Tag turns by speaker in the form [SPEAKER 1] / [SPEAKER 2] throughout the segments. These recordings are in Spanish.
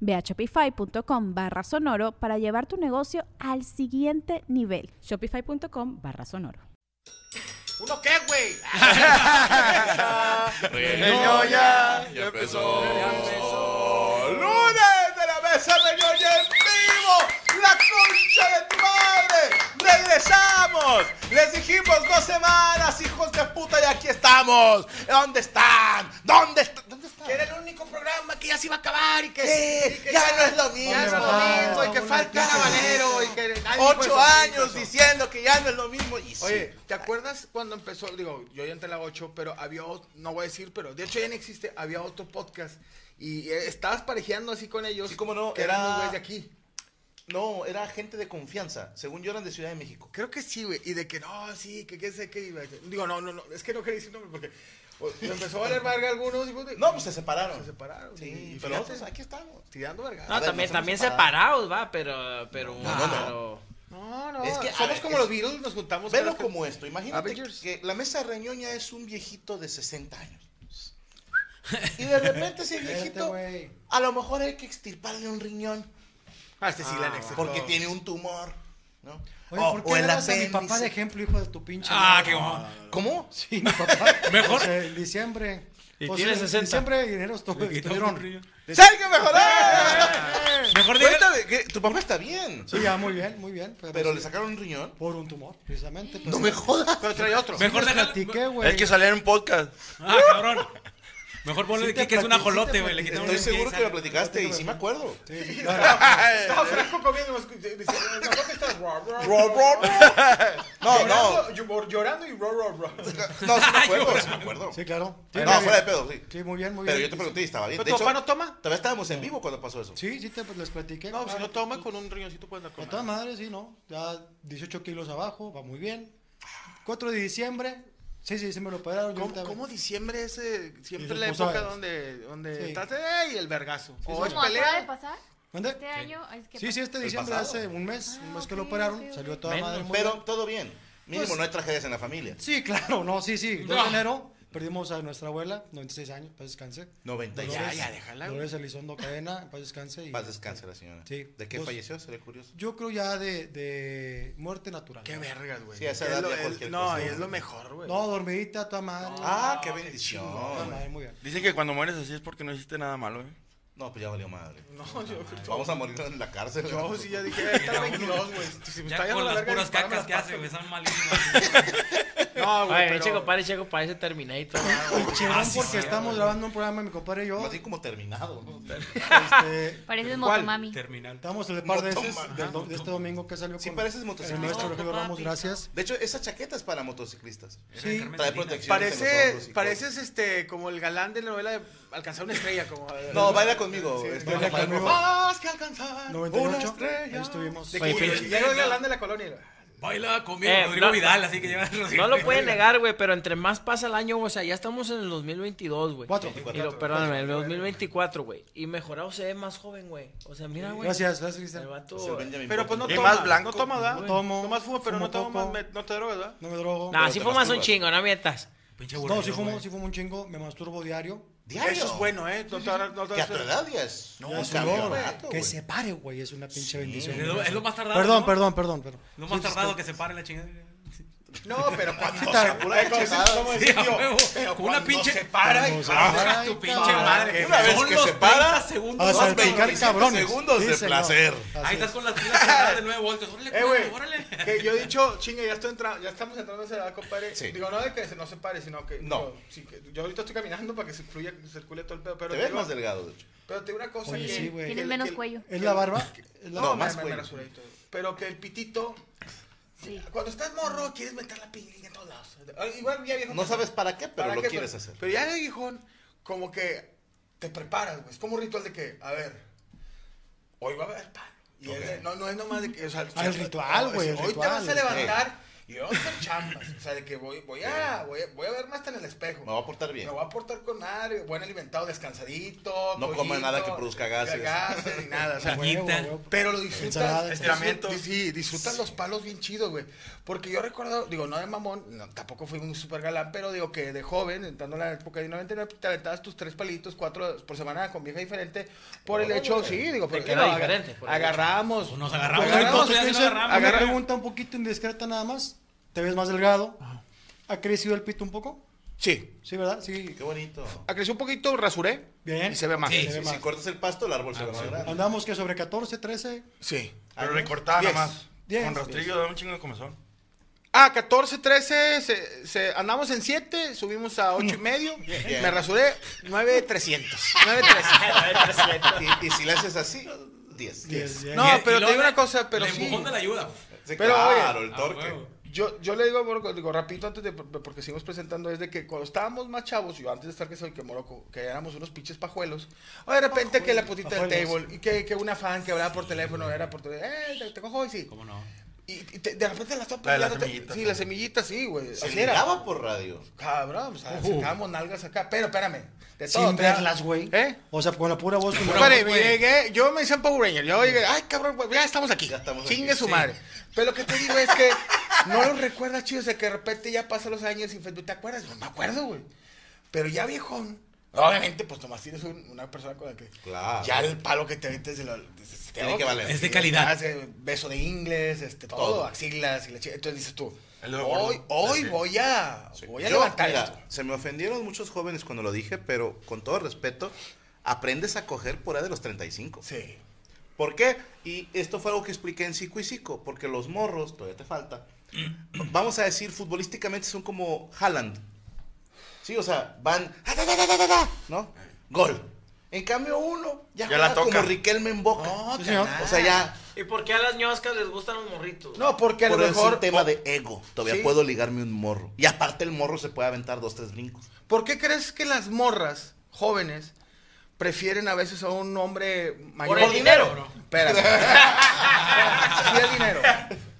[SPEAKER 1] Ve a shopify.com barra sonoro para llevar tu negocio al siguiente nivel.
[SPEAKER 2] Shopify.com barra sonoro.
[SPEAKER 3] ¿Uno qué, güey?
[SPEAKER 4] El ñoña ya empezó.
[SPEAKER 3] ¡Lunes de la mesa de ñoña en vivo! ¡La concha de tu madre! ¡Regresamos! Les dijimos dos semanas, hijos de puta, y aquí estamos. ¿Dónde están? ¿Dónde, est- dónde están?
[SPEAKER 5] que era el único programa que ya se iba a acabar y que,
[SPEAKER 3] Sí,
[SPEAKER 5] y que
[SPEAKER 3] ya no es lo mismo.
[SPEAKER 5] ya no es lo mismo y que falta Habanero y que nadie puede
[SPEAKER 3] Ocho
[SPEAKER 5] salir
[SPEAKER 3] años
[SPEAKER 5] de eso.
[SPEAKER 3] diciendo que ya no es lo mismo. Y sí.
[SPEAKER 5] pues, Oye, ¿te acuerdas cuando empezó? Digo, yo ya entré a la 8, pero había, ot- no voy a decir, pero de hecho ya no existe, había otro podcast y eh, estabas parejeando así con ellos.
[SPEAKER 3] Sí, cómo no,
[SPEAKER 5] que eran
[SPEAKER 3] era-
[SPEAKER 5] los güeyes de aquí.
[SPEAKER 3] No, era gente de confianza. Según yo eran de Ciudad de México.
[SPEAKER 5] Creo que sí, güey. Y de que no, sí, que qué sé qué. iba a decir. Digo, no, no, no, es que no quería decir nombre porque o, me empezó a valer verga algunos. Y, pues, de-
[SPEAKER 3] No, pues se separaron.
[SPEAKER 5] se separaron.
[SPEAKER 3] Sí,
[SPEAKER 5] y- y
[SPEAKER 3] pero
[SPEAKER 5] fíjate,
[SPEAKER 3] nosotros aquí estamos.
[SPEAKER 5] Tirando verga.
[SPEAKER 6] No,
[SPEAKER 3] A ver,
[SPEAKER 6] también,
[SPEAKER 3] nos hemos
[SPEAKER 6] también
[SPEAKER 3] separado.
[SPEAKER 6] separados, va, pero, pero, pero-
[SPEAKER 5] No, no.
[SPEAKER 3] Es que, a
[SPEAKER 5] somos
[SPEAKER 3] ver,
[SPEAKER 5] como
[SPEAKER 3] es-
[SPEAKER 5] los virus, nos juntamos.
[SPEAKER 3] Velo
[SPEAKER 5] cada que-
[SPEAKER 3] como esto. Imagínate
[SPEAKER 5] Avengers.
[SPEAKER 3] que la mesa de Reñoña es un viejito de 60 años. Y de repente ese viejito,
[SPEAKER 5] güey.
[SPEAKER 3] a lo mejor hay que extirparle un riñón
[SPEAKER 5] Ah, este sí la han
[SPEAKER 6] Ah,
[SPEAKER 5] exceptuado.
[SPEAKER 3] porque tiene un tumor. ¿no?
[SPEAKER 7] Oye, ¿por qué agarras a mi papá de ejemplo, hijo de tu pinche
[SPEAKER 6] Ah,
[SPEAKER 7] madre?
[SPEAKER 6] qué
[SPEAKER 7] No,
[SPEAKER 6] guapo.
[SPEAKER 7] no, no.
[SPEAKER 3] ¿Cómo?
[SPEAKER 7] Sí, mi papá.
[SPEAKER 6] Mejor.
[SPEAKER 7] O sea, en diciembre.
[SPEAKER 6] Y
[SPEAKER 7] O sea,
[SPEAKER 6] tiene
[SPEAKER 7] en
[SPEAKER 6] 60.
[SPEAKER 7] diciembre y enero estu- estuvieron.
[SPEAKER 3] ¡Sal que mejorar!
[SPEAKER 6] Mejor diga-
[SPEAKER 3] Cuéntame, ¿qué? tu papá está bien,
[SPEAKER 7] Sí, ya, muy bien, muy bien. Pero,
[SPEAKER 3] pero
[SPEAKER 7] sí,
[SPEAKER 3] le sacaron un riñón.
[SPEAKER 7] Por un tumor, precisamente. pues,
[SPEAKER 3] No me jodas.
[SPEAKER 5] Pero trae otro.
[SPEAKER 6] mejor
[SPEAKER 7] les
[SPEAKER 6] déjalo-
[SPEAKER 7] platiqué, güey.
[SPEAKER 3] saliera en un podcast.
[SPEAKER 6] Ah, cabrón. Mejor ponle
[SPEAKER 7] Sí te
[SPEAKER 6] que, que es un
[SPEAKER 7] platiqué,
[SPEAKER 6] ajolote,
[SPEAKER 7] sí te
[SPEAKER 6] güey. Le
[SPEAKER 7] platiqué.
[SPEAKER 6] quitamos
[SPEAKER 3] Estoy
[SPEAKER 6] el pie y
[SPEAKER 3] seguro que
[SPEAKER 6] sale.
[SPEAKER 3] lo platicaste y sí me acuerdo.
[SPEAKER 7] Sí, sí, claro.
[SPEAKER 5] Estaba Franco comiendo. más- Dice, mejor que estás ro, ro, ro.
[SPEAKER 3] Ro, ro, ro. No, no.
[SPEAKER 5] Llorando, llor- Llorando y ro, ro, ro.
[SPEAKER 3] No, sí me acuerdo, sí me acuerdo.
[SPEAKER 7] Sí, claro. Sí,
[SPEAKER 3] No,
[SPEAKER 7] muy
[SPEAKER 3] fuera de
[SPEAKER 7] bien.
[SPEAKER 3] pedo, sí.
[SPEAKER 7] Sí, muy bien, muy
[SPEAKER 3] Pero yo
[SPEAKER 7] bien.
[SPEAKER 3] te pregunté y estaba bien.
[SPEAKER 5] ¿Pero
[SPEAKER 3] De
[SPEAKER 5] tu
[SPEAKER 3] hecho,
[SPEAKER 5] papá no toma?
[SPEAKER 3] Todavía estábamos en vivo cuando pasó eso.
[SPEAKER 7] Sí, sí, te, pues, les platiqué.
[SPEAKER 5] No, si
[SPEAKER 7] claro.
[SPEAKER 5] no toma, con un riñoncito puede
[SPEAKER 7] A
[SPEAKER 5] andar
[SPEAKER 7] toda
[SPEAKER 5] con
[SPEAKER 7] madre, sí, ¿no? Ya 18 kilos abajo, va muy bien. 4 de diciembre. Sí, sí, se me lo operaron. yo ahorita-
[SPEAKER 5] ¿Cómo, ¿Cómo diciembre es eh, siempre
[SPEAKER 7] Dices,
[SPEAKER 5] la
[SPEAKER 7] pues,
[SPEAKER 5] época
[SPEAKER 7] sabes.
[SPEAKER 5] donde, donde
[SPEAKER 7] Sí.
[SPEAKER 5] estás ¡ey! el vergazo? o es
[SPEAKER 8] ¿Cómo acaba de
[SPEAKER 5] pelea.
[SPEAKER 8] pasar?
[SPEAKER 7] ¿Mande?
[SPEAKER 8] Este año. Ay, es que Ah,
[SPEAKER 7] Sí, sí, este
[SPEAKER 3] El
[SPEAKER 7] diciembre
[SPEAKER 3] pasado.
[SPEAKER 7] hace un mes, un mes que lo
[SPEAKER 8] ok,
[SPEAKER 7] operaron,
[SPEAKER 8] ok,
[SPEAKER 7] salió
[SPEAKER 8] ok.
[SPEAKER 7] toda madre muy
[SPEAKER 3] Pero
[SPEAKER 7] bien.
[SPEAKER 3] todo bien. Mínimo
[SPEAKER 7] Pues-
[SPEAKER 3] no hay tragedias en la familia.
[SPEAKER 7] Sí, claro, no, sí, sí. 2 de enero perdimos a nuestra abuela, 96 años, paz descanse.
[SPEAKER 3] 90 y
[SPEAKER 5] Ya,
[SPEAKER 7] Dolores-
[SPEAKER 5] ya, déjala.
[SPEAKER 7] Dolores Elizondo Cadena, paz descanse. y-
[SPEAKER 3] Paz descanse la señora.
[SPEAKER 7] Sí.
[SPEAKER 3] ¿De
[SPEAKER 5] pues,
[SPEAKER 3] qué
[SPEAKER 7] Dos-
[SPEAKER 3] falleció? Sería curioso.
[SPEAKER 7] Yo creo ya de, de muerte natural.
[SPEAKER 5] Qué vergas, güey.
[SPEAKER 3] Sí, a esa
[SPEAKER 5] Es
[SPEAKER 3] edad
[SPEAKER 5] lo-
[SPEAKER 3] ya
[SPEAKER 5] es-
[SPEAKER 3] cualquier
[SPEAKER 5] No,
[SPEAKER 3] cosa,
[SPEAKER 5] y es
[SPEAKER 3] güey.
[SPEAKER 5] lo mejor, güey.
[SPEAKER 7] No, dormidita, toda madre.
[SPEAKER 3] Ah, qué
[SPEAKER 7] toda
[SPEAKER 3] bendición.
[SPEAKER 7] madre, muy bien.
[SPEAKER 9] Dicen que cuando mueres así es porque no hiciste nada malo, ¿eh?
[SPEAKER 3] No, pues ya valió madre.
[SPEAKER 5] No, yo,
[SPEAKER 3] Vamos a morir en la cárcel.
[SPEAKER 5] yo sí ya dije, está 22, güey. Si me pues está
[SPEAKER 6] Ya
[SPEAKER 5] yendo
[SPEAKER 6] con
[SPEAKER 5] la
[SPEAKER 6] las
[SPEAKER 5] verga,
[SPEAKER 6] puras
[SPEAKER 5] dispárame
[SPEAKER 6] cacas
[SPEAKER 5] las
[SPEAKER 6] que hace,
[SPEAKER 5] patas.
[SPEAKER 6] güey, son malísimas.
[SPEAKER 5] No, güey.
[SPEAKER 10] Ay,
[SPEAKER 5] pero-
[SPEAKER 10] checo, pare, checo, parece Terminator.
[SPEAKER 7] Y chingón
[SPEAKER 6] Ah, sí,
[SPEAKER 7] porque
[SPEAKER 6] sí,
[SPEAKER 7] estamos grabando un programa, mi compadre y yo.
[SPEAKER 3] Así como terminado. ¿no?
[SPEAKER 7] Este,
[SPEAKER 8] Pareces
[SPEAKER 5] ¿Cuál?
[SPEAKER 8] motomami.
[SPEAKER 6] Terminal.
[SPEAKER 7] estamos el par de
[SPEAKER 3] Motoma-
[SPEAKER 7] veces del do- de este domingo que salió
[SPEAKER 3] Sí,
[SPEAKER 7] con
[SPEAKER 3] pareces
[SPEAKER 7] el
[SPEAKER 3] motociclista.
[SPEAKER 7] maestro Rogelio Ramos,
[SPEAKER 8] papi.
[SPEAKER 7] gracias.
[SPEAKER 3] De hecho, esa chaqueta es para motociclistas.
[SPEAKER 7] Sí,
[SPEAKER 3] Trae protección. en los hombros
[SPEAKER 5] Parece,
[SPEAKER 3] y
[SPEAKER 5] pareces este, como el galán de la novela de Alcanzar una estrella, como...
[SPEAKER 3] todo. No, baila conmigo.
[SPEAKER 5] Sí, Ah,
[SPEAKER 3] este,
[SPEAKER 7] baila
[SPEAKER 3] Rafael
[SPEAKER 7] conmigo.
[SPEAKER 3] Rojas.
[SPEAKER 5] Más que alcanzar una
[SPEAKER 7] 98, ahí
[SPEAKER 5] estrella.
[SPEAKER 7] estuvimos.
[SPEAKER 5] De
[SPEAKER 10] Oye,
[SPEAKER 5] que
[SPEAKER 10] pinche-
[SPEAKER 5] llega el galán de la colonia.
[SPEAKER 6] Baila conmigo,
[SPEAKER 10] Eh,
[SPEAKER 6] Rodrigo
[SPEAKER 10] no-
[SPEAKER 6] Vidal, así que lleva
[SPEAKER 10] No lo pueden eh. negar, güey, pero entre más pasa el año, o sea, ya estamos en el 2022, güey.
[SPEAKER 7] Cuatro.
[SPEAKER 10] Y lo, perdóname, el 2024, güey. Y mejorado se ve más joven, güey. O sea,
[SPEAKER 8] Ah,
[SPEAKER 10] mira, güey.
[SPEAKER 7] Gracias, gracias,
[SPEAKER 10] El
[SPEAKER 7] Cristian.
[SPEAKER 10] vato.
[SPEAKER 3] Es el Benjamin
[SPEAKER 5] Pero pues no
[SPEAKER 3] Button.
[SPEAKER 9] Y
[SPEAKER 5] toma,
[SPEAKER 9] más blanco.
[SPEAKER 5] no toma, ¿verdad?
[SPEAKER 7] No tomo,
[SPEAKER 5] Nomás fumo, pero
[SPEAKER 7] fumo
[SPEAKER 5] no tomas,
[SPEAKER 7] poco.
[SPEAKER 5] no te drogas, ¿verdad?
[SPEAKER 7] No me drogo.
[SPEAKER 10] Nah,
[SPEAKER 3] pero
[SPEAKER 10] sí
[SPEAKER 3] te
[SPEAKER 10] fumas un
[SPEAKER 3] masturbas.
[SPEAKER 10] chingo, no mientas.
[SPEAKER 7] No, sí fumo, sí fumo un chingo, me masturbo diario.
[SPEAKER 3] Diario.
[SPEAKER 5] Eso es bueno, ¿eh? No te harás- no te
[SPEAKER 3] Que a
[SPEAKER 5] harás-
[SPEAKER 3] tu edad ya es
[SPEAKER 7] No,
[SPEAKER 3] un
[SPEAKER 7] es un logro.
[SPEAKER 3] campeonato,
[SPEAKER 7] Que
[SPEAKER 3] güey.
[SPEAKER 7] se pare, güey, es una pinche bendición.
[SPEAKER 6] Es lo, es lo más tardado.
[SPEAKER 7] Perdón,
[SPEAKER 6] ¿no?
[SPEAKER 7] perdón, perdón, perdón.
[SPEAKER 6] Lo más
[SPEAKER 7] Sí, sí,
[SPEAKER 6] tardado
[SPEAKER 7] sí.
[SPEAKER 6] que se pare la chingada.
[SPEAKER 5] No, pero cuando
[SPEAKER 3] O sea, pura
[SPEAKER 5] Eh, como
[SPEAKER 3] cachonada.
[SPEAKER 5] dicen- como
[SPEAKER 6] Sí,
[SPEAKER 5] dicen,
[SPEAKER 6] a
[SPEAKER 5] tío,
[SPEAKER 6] huevo.
[SPEAKER 5] pero
[SPEAKER 6] Con una
[SPEAKER 5] cuando
[SPEAKER 6] pinche-
[SPEAKER 5] se para y-
[SPEAKER 7] Vamos a-
[SPEAKER 6] Baja
[SPEAKER 7] Ay,
[SPEAKER 6] tu pinche
[SPEAKER 7] cabrón.
[SPEAKER 6] madre.
[SPEAKER 3] Una vez
[SPEAKER 6] Son
[SPEAKER 3] que
[SPEAKER 6] los
[SPEAKER 3] se para,
[SPEAKER 6] 30 segundos.
[SPEAKER 7] A
[SPEAKER 3] Dos
[SPEAKER 7] salpicar
[SPEAKER 3] 27
[SPEAKER 7] cabrones.
[SPEAKER 3] segundos de
[SPEAKER 7] señor.
[SPEAKER 3] placer.
[SPEAKER 7] Así
[SPEAKER 6] Ahí
[SPEAKER 7] es.
[SPEAKER 6] estás con las pilas cargadas de nueve voltios. Órale,
[SPEAKER 5] Eh, güey.
[SPEAKER 6] órale.
[SPEAKER 5] Que yo he dicho, chinga, ya, estoy entra- ya estamos entrando a esa edad, compadre.
[SPEAKER 3] Sí.
[SPEAKER 5] Digo, no de que se- no se pare, sino que.
[SPEAKER 3] No.
[SPEAKER 5] digo, sí, que yo ahorita estoy caminando para que se fluya, que circule todo el pedo. Pero
[SPEAKER 3] Te ves
[SPEAKER 5] digo-
[SPEAKER 3] más delgado, de hecho.
[SPEAKER 5] Pero te digo una cosa.
[SPEAKER 7] Oye,
[SPEAKER 5] que-
[SPEAKER 7] sí, güey.
[SPEAKER 5] que-
[SPEAKER 7] Tienes
[SPEAKER 5] que-
[SPEAKER 8] menos
[SPEAKER 5] que-
[SPEAKER 8] cuello.
[SPEAKER 7] ¿Es la barba? ¿Es la
[SPEAKER 5] No,
[SPEAKER 3] No,
[SPEAKER 5] me-
[SPEAKER 3] más
[SPEAKER 5] me- me
[SPEAKER 3] cuello.
[SPEAKER 5] rasuré y todo. Pero que el pitito.
[SPEAKER 8] Sí.
[SPEAKER 5] Cuando estás morro, quieres meter la pingüina en todos lados. Ah, Igual ya viejo.
[SPEAKER 3] No sabes para qué, pero
[SPEAKER 5] ¿Para
[SPEAKER 3] lo
[SPEAKER 5] qué? pues?
[SPEAKER 3] quieres hacer.
[SPEAKER 5] Pero ya de viejón, como que te preparas, güey. Es como un ritual de que, a ver, hoy va a haber pan. Y es
[SPEAKER 3] Ok.
[SPEAKER 5] de- no, no es nomás de que, o sea,
[SPEAKER 7] Ah, el ritual,
[SPEAKER 5] no, es
[SPEAKER 7] güey,
[SPEAKER 5] de,
[SPEAKER 7] el
[SPEAKER 5] Hoy
[SPEAKER 7] ritual.
[SPEAKER 5] te vas a levantar y vamos a hacer chambas. O sea, de que voy, voy, a, voy, a- voy a verme hasta en el espejo.
[SPEAKER 3] Me voy a portar bien.
[SPEAKER 5] Me voy a portar con madre, buen alimentado, descansadito.
[SPEAKER 3] No
[SPEAKER 5] pollito,
[SPEAKER 3] coma nada que produzca gases.
[SPEAKER 5] Gases ni nada. O sea,
[SPEAKER 7] Huevo,
[SPEAKER 6] Quita.
[SPEAKER 7] huevo.
[SPEAKER 5] pero lo disfrutas.
[SPEAKER 7] Ensalada,
[SPEAKER 5] disfrut- Sí, disfrutas los palos bien chidos, güey. Porque yo recuerdo, digo, no de mamón, no, tampoco fui un super galán, pero digo que de joven, entrando en la época de 99, pues, te aventabas tus tres palitos, cuatro por semana con vieja diferente. Por el hecho, sí, digo, porque
[SPEAKER 10] Oh, que era
[SPEAKER 5] no, aga-
[SPEAKER 10] diferente, por el
[SPEAKER 5] Agarramos.
[SPEAKER 6] Nos agarramos,
[SPEAKER 7] Oye,
[SPEAKER 6] nosotros ya
[SPEAKER 7] Peter,
[SPEAKER 6] nos agarramos.
[SPEAKER 7] Una
[SPEAKER 5] Agarra-
[SPEAKER 7] pregunta un poquito indiscreta nada más. ¿Te ves más delgado? ¿Ha crecido el pito un poco?
[SPEAKER 5] Sí.
[SPEAKER 7] Sí, ¿verdad? Sí.
[SPEAKER 3] Qué bonito.
[SPEAKER 5] Acreció Ah, un poquito, rasuré.
[SPEAKER 7] Bien.
[SPEAKER 5] Y se ve más. Ah,
[SPEAKER 7] Sí,
[SPEAKER 5] Sí.
[SPEAKER 7] se ve
[SPEAKER 3] Si
[SPEAKER 7] más.
[SPEAKER 3] cortas el pasto, el árbol se va a Ah, grande.
[SPEAKER 7] Andamos que sobre 14, 13.
[SPEAKER 9] Pero recortada
[SPEAKER 5] Diez.
[SPEAKER 9] nada más.
[SPEAKER 7] Diez.
[SPEAKER 9] Con rastrillo da un chingo de comezón.
[SPEAKER 5] Ah, 14, 13, se, se- andamos en 7, subimos a 8 y medio.
[SPEAKER 3] Bien.
[SPEAKER 5] Me rasuré 9, 300. 9, 300.
[SPEAKER 3] Y, y si le haces así, 10.
[SPEAKER 7] 10,
[SPEAKER 5] No,
[SPEAKER 6] Y- y
[SPEAKER 5] pero te
[SPEAKER 6] luego
[SPEAKER 5] digo una cosa, pero
[SPEAKER 6] El
[SPEAKER 5] sí.
[SPEAKER 6] empujón de la ayuda.
[SPEAKER 5] Pero,
[SPEAKER 3] claro,
[SPEAKER 5] oye,
[SPEAKER 3] el
[SPEAKER 6] Ah,
[SPEAKER 3] torque.
[SPEAKER 6] huevo.
[SPEAKER 5] Yo, yo le digo, bueno, digo, rapidito antes de, porque seguimos presentando, es de que cuando estábamos más chavos, yo antes de estar que soy que moroco, que éramos unos pinches pajuelos, o de repente que la putita del
[SPEAKER 7] pajuelos.
[SPEAKER 5] table, y que, que una fan que hablaba por teléfono, era por teléfono, eh, te, te cojo y sí.
[SPEAKER 6] ¿Cómo no?
[SPEAKER 5] Y, y te- de repente la
[SPEAKER 9] La
[SPEAKER 5] topas.
[SPEAKER 9] de las
[SPEAKER 5] ya no te-
[SPEAKER 9] semillitas,
[SPEAKER 5] Sí,
[SPEAKER 9] ¿no?
[SPEAKER 5] las semillitas, sí, güey.
[SPEAKER 3] Se
[SPEAKER 5] así era.
[SPEAKER 3] miraba por radio.
[SPEAKER 5] Cabrón, o sea, sacábamos nalgas acá, pero espérame. De todo,
[SPEAKER 7] Sin
[SPEAKER 5] te-
[SPEAKER 7] verlas, güey.
[SPEAKER 5] ¿Eh?
[SPEAKER 7] O sea, con la pura voz.
[SPEAKER 5] Pero,
[SPEAKER 7] como-
[SPEAKER 5] Compadre,
[SPEAKER 3] pues.
[SPEAKER 6] güey.
[SPEAKER 5] llegué, yo me hice Power Ranger. Yo llegué, ay, cabrón, güey, ya estamos aquí.
[SPEAKER 3] Ya estamos
[SPEAKER 5] Chingue
[SPEAKER 3] aquí,
[SPEAKER 5] su
[SPEAKER 6] sí.
[SPEAKER 5] madre. Pero lo que te digo es que no lo recuerdas, chido. O sea, que de repente ya pasan los años y Facebook, ¿te acuerdas? No me acuerdo, güey. Pero ya viejón. Obviamente, pues Tomás tienes un- una persona con la que.
[SPEAKER 3] Claro.
[SPEAKER 5] Ya el palo que te metes de la.
[SPEAKER 3] Tiene que valer.
[SPEAKER 6] Es de calidad.
[SPEAKER 5] beso de inglés, este, todo,
[SPEAKER 3] Todo.
[SPEAKER 5] axilas y la chica. Entonces dices tú,
[SPEAKER 9] El dedo
[SPEAKER 5] hoy,
[SPEAKER 9] gordo.
[SPEAKER 5] hoy
[SPEAKER 9] Sí.
[SPEAKER 5] voy a. Voy a
[SPEAKER 3] Yo,
[SPEAKER 5] levantar
[SPEAKER 3] mira,
[SPEAKER 5] esto.
[SPEAKER 3] Se me ofendieron muchos jóvenes cuando lo dije, pero con todo respeto, aprendes a coger por ahí de los 35.
[SPEAKER 5] Sí.
[SPEAKER 3] ¿Por qué? Y esto fue algo que expliqué en Psico y Psico, porque los morros, todavía te falta,
[SPEAKER 5] Mm.
[SPEAKER 3] vamos a decir, futbolísticamente son como Haaland. Sí, o sea, van, "Ah, da, da, da, da, da, da", ¿no? Gol. En cambio uno ya,
[SPEAKER 9] Ya
[SPEAKER 3] juega
[SPEAKER 9] la toca.
[SPEAKER 3] como Riquelme en Boca.
[SPEAKER 5] No,
[SPEAKER 7] Sí, señor.
[SPEAKER 5] Oh, carnal.
[SPEAKER 3] o sea, ya
[SPEAKER 10] ¿Y por qué a las ñoscas les gustan los morritos?
[SPEAKER 5] No, porque a
[SPEAKER 3] por
[SPEAKER 5] lo
[SPEAKER 3] es
[SPEAKER 5] mejor.
[SPEAKER 3] un tema de ego. Todavía
[SPEAKER 5] Oh. Sí.
[SPEAKER 3] puedo ligarme un morro. Y aparte el morro se puede aventar dos, tres brincos.
[SPEAKER 5] ¿Por qué crees que las morras jóvenes prefieren a veces a un hombre mayor?
[SPEAKER 10] Por el dinero, bro.
[SPEAKER 5] Espérame. sí, el dinero.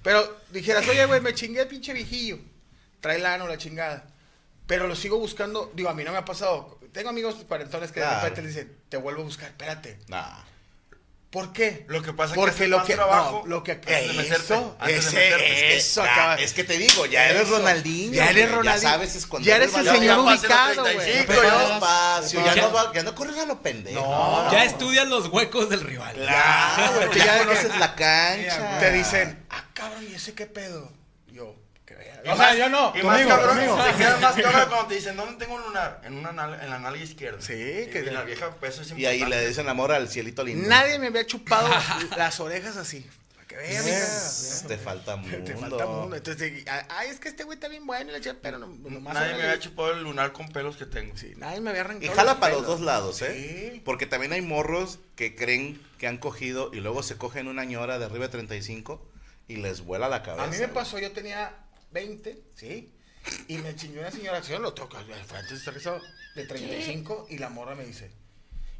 [SPEAKER 5] Pero dijeras, oye, güey, me chingué el pinche viejillo. Trae lano, la chingada. Pero lo sigo buscando. Digo, a mí no me ha pasado. Tengo amigos cuarentones que
[SPEAKER 3] Claro.
[SPEAKER 5] de repente le dicen, te vuelvo a buscar, espérate.
[SPEAKER 3] Nah.
[SPEAKER 5] ¿Por qué?
[SPEAKER 9] Lo que pasa es que
[SPEAKER 5] Porque
[SPEAKER 9] hace
[SPEAKER 5] lo
[SPEAKER 9] más
[SPEAKER 5] que,
[SPEAKER 9] trabajo
[SPEAKER 5] no, lo que
[SPEAKER 9] antes de meterte,
[SPEAKER 5] eso,
[SPEAKER 9] antes de
[SPEAKER 5] ese-
[SPEAKER 9] meterte.
[SPEAKER 5] eso
[SPEAKER 3] Ya,
[SPEAKER 5] acaba.
[SPEAKER 3] es que te digo, ya eres
[SPEAKER 5] Eso.
[SPEAKER 3] Ronaldinho.
[SPEAKER 5] Ya eres
[SPEAKER 3] güey, Ya
[SPEAKER 5] Ronaldinho.
[SPEAKER 3] sabes esconder.
[SPEAKER 5] Ya eres el
[SPEAKER 3] balón.
[SPEAKER 5] señor
[SPEAKER 9] Ya pasé los
[SPEAKER 5] ubicado, güey.
[SPEAKER 9] 35,
[SPEAKER 3] Pero
[SPEAKER 9] ya.
[SPEAKER 3] despacio, ya,
[SPEAKER 6] Ya.
[SPEAKER 3] no va- ya no corres a lo pendejo.
[SPEAKER 6] Ya estudias los huecos del rival.
[SPEAKER 3] Claro, güey,
[SPEAKER 5] Ya
[SPEAKER 3] ya,
[SPEAKER 5] de que-
[SPEAKER 3] conoces la cancha.
[SPEAKER 5] Te dicen, ah, cabrón, ¿y ese qué pedo? Yo, que vea.
[SPEAKER 9] Y
[SPEAKER 5] O sea,
[SPEAKER 9] más-
[SPEAKER 5] yo no.
[SPEAKER 9] Y más
[SPEAKER 7] Conmigo,
[SPEAKER 9] cabrón,
[SPEAKER 7] conmigo.
[SPEAKER 9] se queda más cabrón cuando te dicen, ¿dónde tengo un lunar? En, una nal- en la nalga izquierda.
[SPEAKER 5] Sí,
[SPEAKER 9] Y
[SPEAKER 5] que-
[SPEAKER 9] la vieja, pues, eso es
[SPEAKER 3] Y ahí le
[SPEAKER 9] importante.
[SPEAKER 3] dicen amor al cielito lindo.
[SPEAKER 5] Nadie me había chupado las orejas así. Para que vea, mija.
[SPEAKER 3] Te falta mundo.
[SPEAKER 5] Te falta mundo. Entonces, ah, ay, es que este güey está bien bueno, y la chica, pero no, nomás
[SPEAKER 9] Nadie
[SPEAKER 5] ahora
[SPEAKER 9] me
[SPEAKER 5] le-
[SPEAKER 9] había chupado el lunar con pelos que tengo.
[SPEAKER 5] Sí, nadie me había arrancado.
[SPEAKER 3] Y jala
[SPEAKER 5] los
[SPEAKER 3] para los
[SPEAKER 5] pelos.
[SPEAKER 3] dos lados, ¿eh?
[SPEAKER 5] Sí.
[SPEAKER 3] Porque también hay morros que creen que han cogido y luego se cogen una ñora de arriba de 35 y les vuela la cabeza.
[SPEAKER 5] A mí me
[SPEAKER 3] güey.
[SPEAKER 5] pasó, yo tenía 20, ¿sí? Y me chingó una señora, yo lo toca, fue antes de estar casado, de 35, y la morra me dice,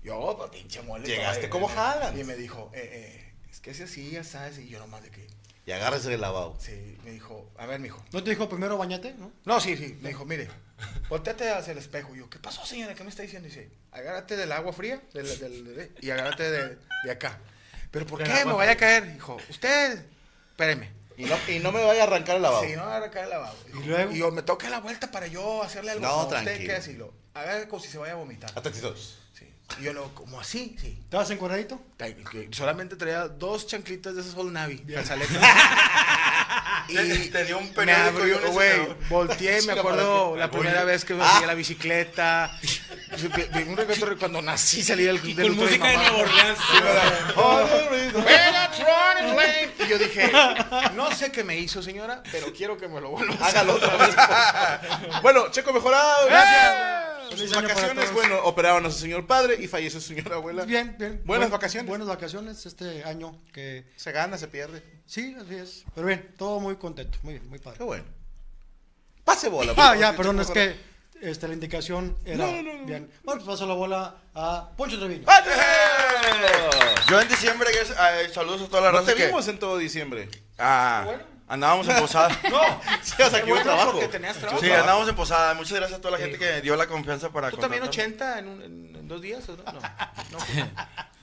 [SPEAKER 5] yo, pues, pinche mole.
[SPEAKER 3] Llegaste
[SPEAKER 5] todavía,
[SPEAKER 3] como
[SPEAKER 5] eh,
[SPEAKER 3] Haaland.
[SPEAKER 5] Y me dijo, eh, eh, es que si así, ya sabes, y yo nomás de que,
[SPEAKER 3] Y agárrese el lavado.
[SPEAKER 5] sí, me dijo, a ver, mijo.
[SPEAKER 7] ¿No te dijo primero bañate? ¿No?
[SPEAKER 5] No, sí, sí, me dijo, mire, volteate hacia el espejo. Y yo, ¿qué pasó, señora? ¿Qué me está diciendo? dice, agárrate del agua fría del- del- del- y agárrate de, de acá. ¿Pero por qué me vaya a caer? Dijo, usted, espéreme.
[SPEAKER 3] Y no, y no me vaya a arrancar el lavado.
[SPEAKER 5] Sí, no, ahora cae el lavabo.
[SPEAKER 7] ¿Y luego?
[SPEAKER 5] Y yo me toca la vuelta para yo hacerle algo.
[SPEAKER 3] No,
[SPEAKER 5] Usted
[SPEAKER 3] tranquilo.
[SPEAKER 5] qué decirlo. Haga como si se vaya a vomitar.
[SPEAKER 3] Atentos.
[SPEAKER 5] Sí. Y yo lo, como así, sí.
[SPEAKER 7] ¿Te vas encuadradito?
[SPEAKER 5] Ta- que Solamente traía dos chanclitas de esas Old Navy. calzaletas.
[SPEAKER 9] Te- te dio un
[SPEAKER 5] me
[SPEAKER 9] periódico y
[SPEAKER 5] abrió,
[SPEAKER 9] un
[SPEAKER 5] güey.
[SPEAKER 9] encendedor.
[SPEAKER 5] Volteé y me
[SPEAKER 3] Chinga,
[SPEAKER 5] acuerdo
[SPEAKER 3] ¿para qué?
[SPEAKER 5] la
[SPEAKER 3] Al
[SPEAKER 5] primera
[SPEAKER 3] boiler.
[SPEAKER 5] vez que me
[SPEAKER 3] Ah.
[SPEAKER 5] subí a la bicicleta. De- de un recuerdo cuando nací salí del, Oh,
[SPEAKER 6] Y
[SPEAKER 5] del
[SPEAKER 6] con
[SPEAKER 5] útero
[SPEAKER 6] música de
[SPEAKER 5] mamá.
[SPEAKER 6] Nueva Orleans.
[SPEAKER 5] Electronic Lane. yo dije, no sé qué me hizo, señora, pero quiero que me lo vuelva a hacer.
[SPEAKER 3] Hágalo otra vez. bueno, Checo mejorado, gracias. Por
[SPEAKER 7] Feliz
[SPEAKER 3] Sus
[SPEAKER 7] año para
[SPEAKER 3] vacaciones,
[SPEAKER 7] todos.
[SPEAKER 3] bueno, operaron a su señor padre y falleció su señora abuela.
[SPEAKER 7] Bien, bien.
[SPEAKER 3] Buenas
[SPEAKER 7] Buen-
[SPEAKER 3] vacaciones.
[SPEAKER 7] Buenas vacaciones este año que
[SPEAKER 3] Se gana, se pierde.
[SPEAKER 7] sí, así es. Pero bien, todo muy contento, muy bien, muy
[SPEAKER 3] Qué
[SPEAKER 7] padre.
[SPEAKER 3] bueno. Pase bola. por
[SPEAKER 7] Ah,
[SPEAKER 3] favor,
[SPEAKER 7] ya,
[SPEAKER 3] Checo
[SPEAKER 7] perdón, es
[SPEAKER 3] Mejorado.
[SPEAKER 7] que este, la indicación era
[SPEAKER 3] No, no, Ah, no, no.
[SPEAKER 7] bien. Bueno, pues paso la bola a Poncho Treviño.
[SPEAKER 3] ¡Ándale!
[SPEAKER 9] Yo en diciembre, que es- eh, saludos a toda la
[SPEAKER 3] No
[SPEAKER 9] raza
[SPEAKER 3] te
[SPEAKER 9] que-
[SPEAKER 3] vimos en todo diciembre.
[SPEAKER 9] Ah, andábamos en posada.
[SPEAKER 5] No,
[SPEAKER 3] Sí, o sea, que hubo
[SPEAKER 5] bueno,
[SPEAKER 3] trabajo.
[SPEAKER 5] porque tenías trabajo.
[SPEAKER 9] Sí, andábamos en posada. Muchas gracias a toda la gente que dio la confianza para
[SPEAKER 5] ¿Tú también
[SPEAKER 9] contratar-
[SPEAKER 5] 80 en, un- en- en dos días o no? No. no.
[SPEAKER 9] Fueron-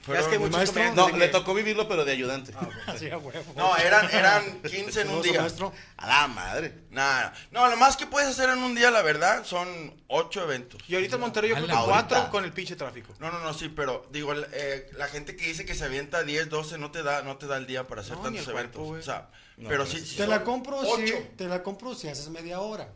[SPEAKER 5] Ya es que muchos
[SPEAKER 7] maestro. Ah,
[SPEAKER 5] comediantes
[SPEAKER 3] No,
[SPEAKER 5] de
[SPEAKER 3] le
[SPEAKER 5] que-
[SPEAKER 3] tocó vivirlo, pero de ayudante.
[SPEAKER 7] Así a huevo.
[SPEAKER 9] No, eran, eran 15 en un
[SPEAKER 7] Saludos a
[SPEAKER 9] día.
[SPEAKER 7] maestro.
[SPEAKER 3] A la madre.
[SPEAKER 9] Nada, no, lo más que puedes hacer en un día, la verdad, son 8 eventos.
[SPEAKER 5] Y ahorita en Monterrey yo
[SPEAKER 6] A
[SPEAKER 5] creo
[SPEAKER 6] la
[SPEAKER 5] que cuatro
[SPEAKER 3] ahorita.
[SPEAKER 5] con el pinche tráfico.
[SPEAKER 9] No, no, no, sí, pero digo, el- eh, la gente que dice que se avienta 10, 12, no te da, no te da el día para hacer
[SPEAKER 5] No, ni
[SPEAKER 9] tantos
[SPEAKER 5] el cuerpo,
[SPEAKER 9] eventos.
[SPEAKER 5] güey.
[SPEAKER 9] o sea,
[SPEAKER 3] No,
[SPEAKER 9] pero
[SPEAKER 3] no,
[SPEAKER 9] sí,
[SPEAKER 3] no.
[SPEAKER 9] sí
[SPEAKER 7] Te
[SPEAKER 9] son
[SPEAKER 7] la compro si,
[SPEAKER 9] ocho.
[SPEAKER 7] te la compro si haces media hora.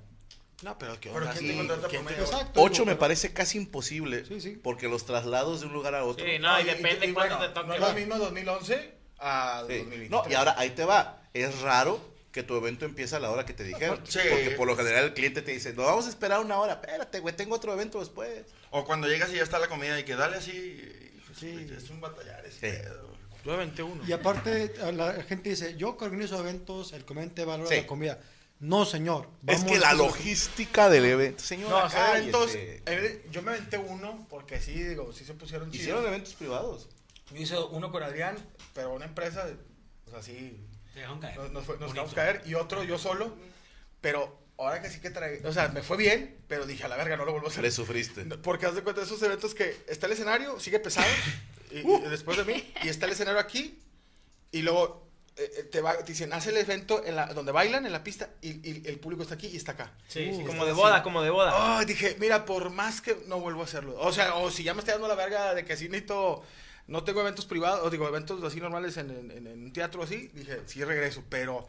[SPEAKER 5] No, pero qué
[SPEAKER 9] Pero
[SPEAKER 5] onda.
[SPEAKER 9] ¿quién
[SPEAKER 5] sí.
[SPEAKER 9] te contrata por media hora?
[SPEAKER 7] Exacto.
[SPEAKER 3] Ocho
[SPEAKER 7] digo,
[SPEAKER 3] me
[SPEAKER 7] pero-
[SPEAKER 3] parece casi imposible.
[SPEAKER 7] Sí, sí.
[SPEAKER 3] Porque los traslados de un lugar a otro.
[SPEAKER 10] Sí, no, y
[SPEAKER 5] Oye,
[SPEAKER 10] depende
[SPEAKER 5] y- y
[SPEAKER 10] cuándo
[SPEAKER 5] bueno,
[SPEAKER 10] te toque.
[SPEAKER 5] No es lo mismo 2011 a
[SPEAKER 3] Sí.
[SPEAKER 5] 2020.
[SPEAKER 3] No, y ahora ahí te va. Es raro que tu evento empiece a la hora que te dijeron.
[SPEAKER 9] Sí.
[SPEAKER 3] Porque por lo general el cliente te dice, no, vamos a esperar una hora. Espérate, güey, tengo otro evento después.
[SPEAKER 9] O cuando llegas y ya está la comida y que dale así. pues,
[SPEAKER 7] Sí.
[SPEAKER 9] Es un batallar ese
[SPEAKER 3] Sí.
[SPEAKER 9] pedo.
[SPEAKER 10] Yo aventé uno.
[SPEAKER 7] Y aparte, a la gente dice, yo que organizo eventos, el comente valora
[SPEAKER 3] Sí.
[SPEAKER 7] la comida. No, señor.
[SPEAKER 3] es
[SPEAKER 7] vamos
[SPEAKER 3] que la
[SPEAKER 7] con-
[SPEAKER 3] logística del evento. Señora,
[SPEAKER 5] No, o sea,
[SPEAKER 3] cállese.
[SPEAKER 5] eventos, eh, yo me aventé uno porque sí, digo, sí se pusieron
[SPEAKER 3] Hicieron
[SPEAKER 5] chidos.
[SPEAKER 3] eventos privados.
[SPEAKER 5] Yo hice uno con Adrián, pero una empresa, o sea, sí,
[SPEAKER 6] Te dejaron caer.
[SPEAKER 5] nos, nos, fue- nos
[SPEAKER 6] Bonito.
[SPEAKER 5] dejamos caer. Y otro yo solo, pero ahora que sí que trae, o sea, me fue bien, pero dije, a la verga, no lo vuelvo a hacer.
[SPEAKER 3] Le sufriste.
[SPEAKER 5] No, Porque haz de cuenta de esos eventos que está el escenario, sigue pesado, y, y después de mí, y está el escenario aquí, y luego eh, eh, te, va- te dicen, haz el evento en la, donde bailan, en la pista, y, y el público está aquí y está acá.
[SPEAKER 10] Sí, sí,
[SPEAKER 7] Uh,
[SPEAKER 10] como de boda, como de boda.
[SPEAKER 5] Ay, dije, mira, por más que no vuelvo a hacerlo. O sea, o si ya me estoy dando la verga de que sí necesito, no tengo eventos privados, o digo, eventos así normales en, en- en- en un teatro así, dije, sí regreso, pero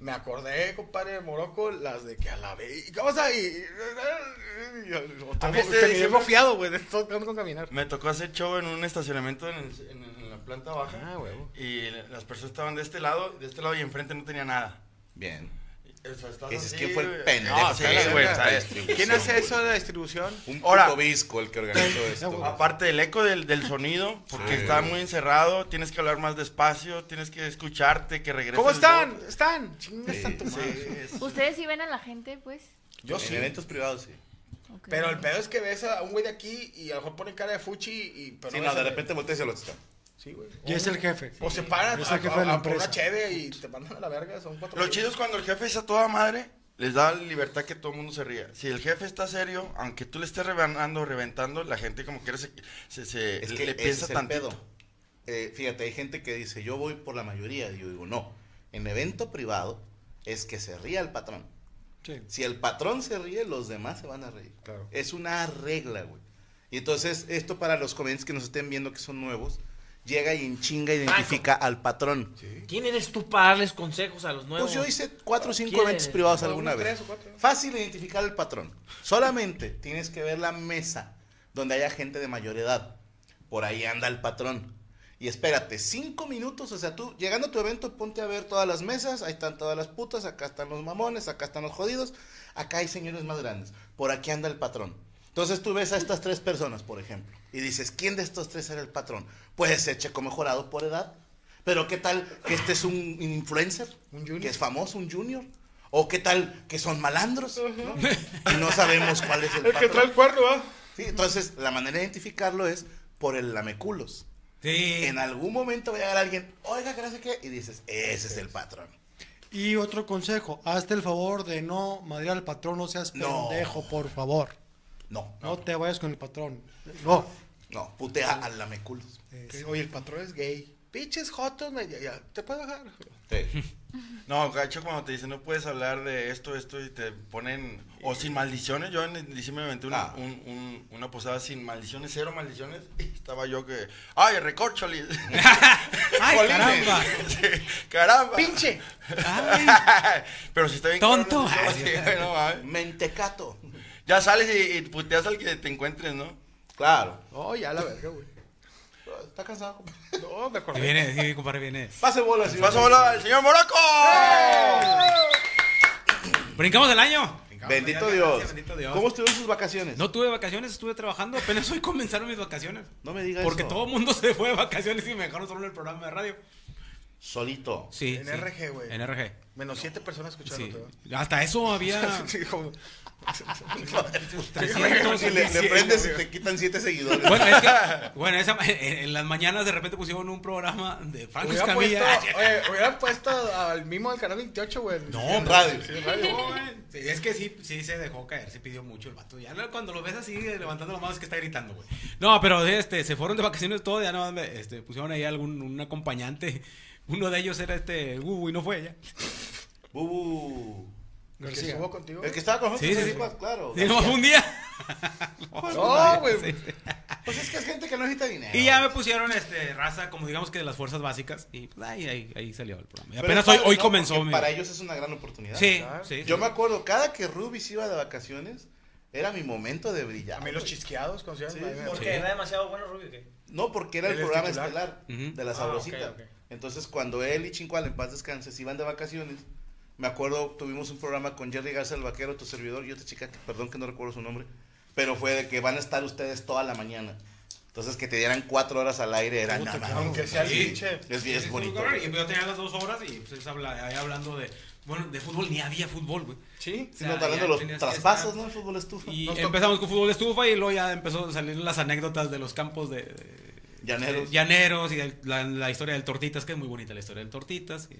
[SPEAKER 5] me acordé, compadre, de Morocco, las de que a la vez, o sea, y... y- y- y-
[SPEAKER 9] A mí este
[SPEAKER 5] Terminé
[SPEAKER 9] diciembre-
[SPEAKER 5] bloqueado, güey, de todo con caminar.
[SPEAKER 9] Me tocó hacer show en un estacionamiento en, el- en- en la planta baja.
[SPEAKER 5] Ah, huevo.
[SPEAKER 9] Y las personas estaban de este lado, de este lado y enfrente no tenía nada.
[SPEAKER 3] Bien.
[SPEAKER 9] O sea, estás
[SPEAKER 3] Ese es
[SPEAKER 9] así,
[SPEAKER 3] quien fue el
[SPEAKER 9] güey.
[SPEAKER 3] pendejo
[SPEAKER 9] No,
[SPEAKER 3] que
[SPEAKER 9] sí,
[SPEAKER 3] la
[SPEAKER 9] güey,
[SPEAKER 3] verga.
[SPEAKER 9] ¿sabes?
[SPEAKER 5] ¿Quién hace eso de la distribución?
[SPEAKER 3] Un
[SPEAKER 9] Ahora-
[SPEAKER 3] puto visco el que organizó esto.
[SPEAKER 7] güey.
[SPEAKER 3] güey.
[SPEAKER 9] Aparte del eco del, del sonido, porque
[SPEAKER 3] Sí.
[SPEAKER 9] está muy encerrado, tienes que hablar más despacio, tienes que escucharte, que regrese.
[SPEAKER 5] ¿Cómo
[SPEAKER 9] el
[SPEAKER 5] están?
[SPEAKER 9] voz.
[SPEAKER 5] ¿Están? Chingas a tu
[SPEAKER 9] Sí,
[SPEAKER 5] madre.
[SPEAKER 9] es-
[SPEAKER 8] ¿Ustedes sí ven a la gente, pues?
[SPEAKER 5] Yo
[SPEAKER 3] en
[SPEAKER 5] sí.
[SPEAKER 3] eventos privados, sí.
[SPEAKER 8] Ok.
[SPEAKER 5] Pero el pedo es que ves a un güey de aquí y a lo mejor pone cara de fuchi y... Pero
[SPEAKER 3] Sí,
[SPEAKER 5] no
[SPEAKER 3] no,
[SPEAKER 5] ves
[SPEAKER 3] de
[SPEAKER 5] el-
[SPEAKER 3] repente volteas y lo está.
[SPEAKER 5] Sí, güey.
[SPEAKER 7] Y es el jefe.
[SPEAKER 5] O se paran
[SPEAKER 7] Es
[SPEAKER 5] a,
[SPEAKER 7] el jefe de la
[SPEAKER 5] a- a por
[SPEAKER 7] empresa.
[SPEAKER 5] una cheve y te mandan a la verga, son cuatro.
[SPEAKER 9] Lo chido es cuando el jefe está toda madre, les da la libertad que todo el mundo se ría. Si el jefe está serio, aunque tú le estés rebanando, reventando, la gente como quiera se, se, se-
[SPEAKER 3] Es que
[SPEAKER 9] le
[SPEAKER 3] ese
[SPEAKER 9] piensa
[SPEAKER 3] es el
[SPEAKER 9] tantito.
[SPEAKER 3] pedo. Eh, fíjate, hay gente que dice, yo voy por la mayoría. Y yo digo, no. En evento privado es que se ría el patrón.
[SPEAKER 7] Sí.
[SPEAKER 3] Si el patrón se ríe, los demás se van a reír.
[SPEAKER 5] Claro.
[SPEAKER 3] Es una regla, güey. Y entonces, esto para los comediantes que nos estén viendo que son nuevos, llega y en chinga identifica al patrón.
[SPEAKER 10] ¿Quién eres tú para darles consejos a los nuevos?
[SPEAKER 3] Pues yo hice cuatro o cinco
[SPEAKER 10] ¿Quién
[SPEAKER 3] eventos
[SPEAKER 10] eres?
[SPEAKER 3] privados
[SPEAKER 5] No,
[SPEAKER 3] alguna
[SPEAKER 5] unos
[SPEAKER 3] vez.
[SPEAKER 5] tres o cuatro.
[SPEAKER 3] Fácil identificar el patrón. Solamente tienes que ver la mesa donde haya gente de mayor edad. Por ahí anda el patrón. Y espérate, cinco minutos, o sea, tú llegando a tu evento, ponte a ver todas las mesas, ahí están todas las putas, acá están los mamones, acá están los jodidos, acá hay señores más grandes, por aquí anda el patrón. Entonces tú ves a estas tres personas, por ejemplo, y dices, ¿quién de estos tres era el patrón? Puede ser Checo Mejorado por edad, pero ¿qué tal que este es un influencer?
[SPEAKER 5] Un junior.
[SPEAKER 3] Que es famoso, un junior. ¿O qué tal que son malandros? ¿no? Y no sabemos cuál es el patrón.
[SPEAKER 5] cuerno, ¿va?
[SPEAKER 3] Sí, entonces, la manera de identificarlo es por el lameculos.
[SPEAKER 6] Sí.
[SPEAKER 3] En algún momento va a llegar alguien, oiga, que no sé qué, y dices, ese es el patrón.
[SPEAKER 7] Y otro consejo, hazte el favor de no madrear al patrón, no seas
[SPEAKER 3] No.
[SPEAKER 7] pendejo, por favor.
[SPEAKER 3] No,
[SPEAKER 7] No te vayas con el patrón. No.
[SPEAKER 3] no, putea al lameculos.
[SPEAKER 5] Oye, el patrón es gay. Pinches jotos, me- ya, ya, te puedes bajar.
[SPEAKER 3] Sí.
[SPEAKER 9] No, gacho, cuando te dicen no puedes hablar de esto, esto, y te ponen. O sin maldiciones. Yo en diciembre me aventé una,
[SPEAKER 3] Ah.
[SPEAKER 9] un- un- una posada sin maldiciones, cero maldiciones. Y estaba yo que. ¡Ay, recorcholis!
[SPEAKER 6] Ay, caramba.
[SPEAKER 9] ¡Caramba!
[SPEAKER 5] ¡Pinche!
[SPEAKER 6] Ay,
[SPEAKER 9] Pero si está bien.
[SPEAKER 6] Tonto.
[SPEAKER 9] cabrón, sí, güey, no mames.
[SPEAKER 3] Mentecato.
[SPEAKER 9] ya sales y, y puteas al que te encuentres, ¿no?
[SPEAKER 3] Claro.
[SPEAKER 5] Oh, ya la verga, güey. Está cansado, compadre. No, me acordé.
[SPEAKER 6] Y viene, sí, compadre, viene.
[SPEAKER 5] Pase bola, señor.
[SPEAKER 9] Paso bola el señor Moraco.
[SPEAKER 6] Brincamos el año.
[SPEAKER 3] Bendito
[SPEAKER 6] Ya,
[SPEAKER 3] Dios.
[SPEAKER 6] gracias, bendito Dios.
[SPEAKER 3] ¿Cómo estuvieron sus vacaciones?
[SPEAKER 6] No tuve vacaciones, estuve trabajando. Apenas hoy comenzaron mis vacaciones.
[SPEAKER 3] No me digas
[SPEAKER 6] Porque
[SPEAKER 3] eso.
[SPEAKER 6] todo el mundo se fue de vacaciones y me dejaron solo en el programa de radio.
[SPEAKER 3] Solito.
[SPEAKER 6] Sí.
[SPEAKER 5] En
[SPEAKER 6] sí.
[SPEAKER 5] RG, güey.
[SPEAKER 6] NRG.
[SPEAKER 5] Menos siete personas escucharon
[SPEAKER 6] Sí.
[SPEAKER 5] todo.
[SPEAKER 6] Hasta eso había.
[SPEAKER 5] Sí, como-
[SPEAKER 6] 300,
[SPEAKER 3] Si le, le
[SPEAKER 6] 100,
[SPEAKER 3] prendes y te quitan siete seguidores.
[SPEAKER 6] Bueno, es que, bueno esa- en, en las mañanas de repente pusieron un programa de Franco
[SPEAKER 5] Hubiera
[SPEAKER 6] Escamilla.
[SPEAKER 5] puesto, oye, hubiera puesto al mismo del canal 28, güey.
[SPEAKER 6] No,
[SPEAKER 5] Sí,
[SPEAKER 3] radio.
[SPEAKER 5] sí, radio.
[SPEAKER 6] No, güey. Sí, es que sí, sí se dejó caer, se pidió mucho el vato. Ya no, cuando lo ves así eh, levantando la mano es que está gritando, güey. No, pero este, se fueron de vacaciones todos, ya no este, pusieron ahí algún un acompañante. Uno de ellos era este Gubu y no fue ella.
[SPEAKER 3] Bubu.
[SPEAKER 5] El que estuvo contigo.
[SPEAKER 3] El que estaba con nosotros,
[SPEAKER 6] Sí, sí,
[SPEAKER 3] sí,
[SPEAKER 6] sí.
[SPEAKER 3] pues, claro.
[SPEAKER 6] Sí, nomás fue un día. Oh,
[SPEAKER 5] No, güey.
[SPEAKER 6] Sí, sí.
[SPEAKER 3] Pues es que es gente que no necesita dinero.
[SPEAKER 6] Y ya me pusieron este raza, como digamos que de las fuerzas básicas. Y pues, ahí, ahí, ahí salió el programa. Y
[SPEAKER 3] Pero
[SPEAKER 6] apenas
[SPEAKER 3] es
[SPEAKER 6] hoy,
[SPEAKER 3] padre,
[SPEAKER 6] hoy
[SPEAKER 3] ¿no?
[SPEAKER 6] comenzó.
[SPEAKER 3] Porque
[SPEAKER 6] mi-
[SPEAKER 3] Para ellos es una gran oportunidad.
[SPEAKER 6] Sí,
[SPEAKER 5] ¿sabes?
[SPEAKER 6] sí.
[SPEAKER 3] Yo me acuerdo, cada que Rubis iba de vacaciones, era mi momento de brillar.
[SPEAKER 5] A mí los
[SPEAKER 3] güey.
[SPEAKER 5] chisqueados, ¿cómo se llama?
[SPEAKER 3] Sí,
[SPEAKER 5] Ahí me-
[SPEAKER 10] ¿Por
[SPEAKER 6] Sí.
[SPEAKER 10] qué? ¿Era demasiado bueno Rubio o qué?
[SPEAKER 3] No, porque era el
[SPEAKER 5] Él es
[SPEAKER 3] programa
[SPEAKER 5] titular.
[SPEAKER 3] estelar
[SPEAKER 6] Ujú.
[SPEAKER 3] de la
[SPEAKER 10] Ah,
[SPEAKER 3] sabrosita.
[SPEAKER 10] ok, ok.
[SPEAKER 3] Entonces, cuando él y Chincual en paz descanse se iban de vacaciones, me acuerdo, tuvimos un programa con Jerry Garza, el vaquero, tu servidor, y otra chica, que- perdón que no recuerdo su nombre, pero fue de que van a estar ustedes toda la mañana. Entonces, que te dieran cuatro horas al aire era nada más.
[SPEAKER 5] Aunque sea el
[SPEAKER 6] Sí.
[SPEAKER 5] pinche.
[SPEAKER 3] Es bien
[SPEAKER 6] Sí, sí,
[SPEAKER 3] bonito.
[SPEAKER 6] cabrón, Y yo tenía las dos horas y pues habla, ahí hablando de. Bueno, de fútbol ni había fútbol, güey.
[SPEAKER 5] Sí.
[SPEAKER 6] O
[SPEAKER 3] Sí,
[SPEAKER 6] sea,
[SPEAKER 3] no, hablando
[SPEAKER 6] ya
[SPEAKER 3] de los
[SPEAKER 6] tenías que
[SPEAKER 3] traspasos,
[SPEAKER 6] estar-
[SPEAKER 3] ¿no? El fútbol estufa.
[SPEAKER 6] Y
[SPEAKER 5] Nos tocó-
[SPEAKER 6] empezamos con fútbol de estufa y luego ya empezó a salir las anécdotas de los campos de. de-
[SPEAKER 3] Llaneros.
[SPEAKER 6] de llaneros y el- la, la historia del Tortitas, que es muy bonita la historia del Tortitas. y- eh,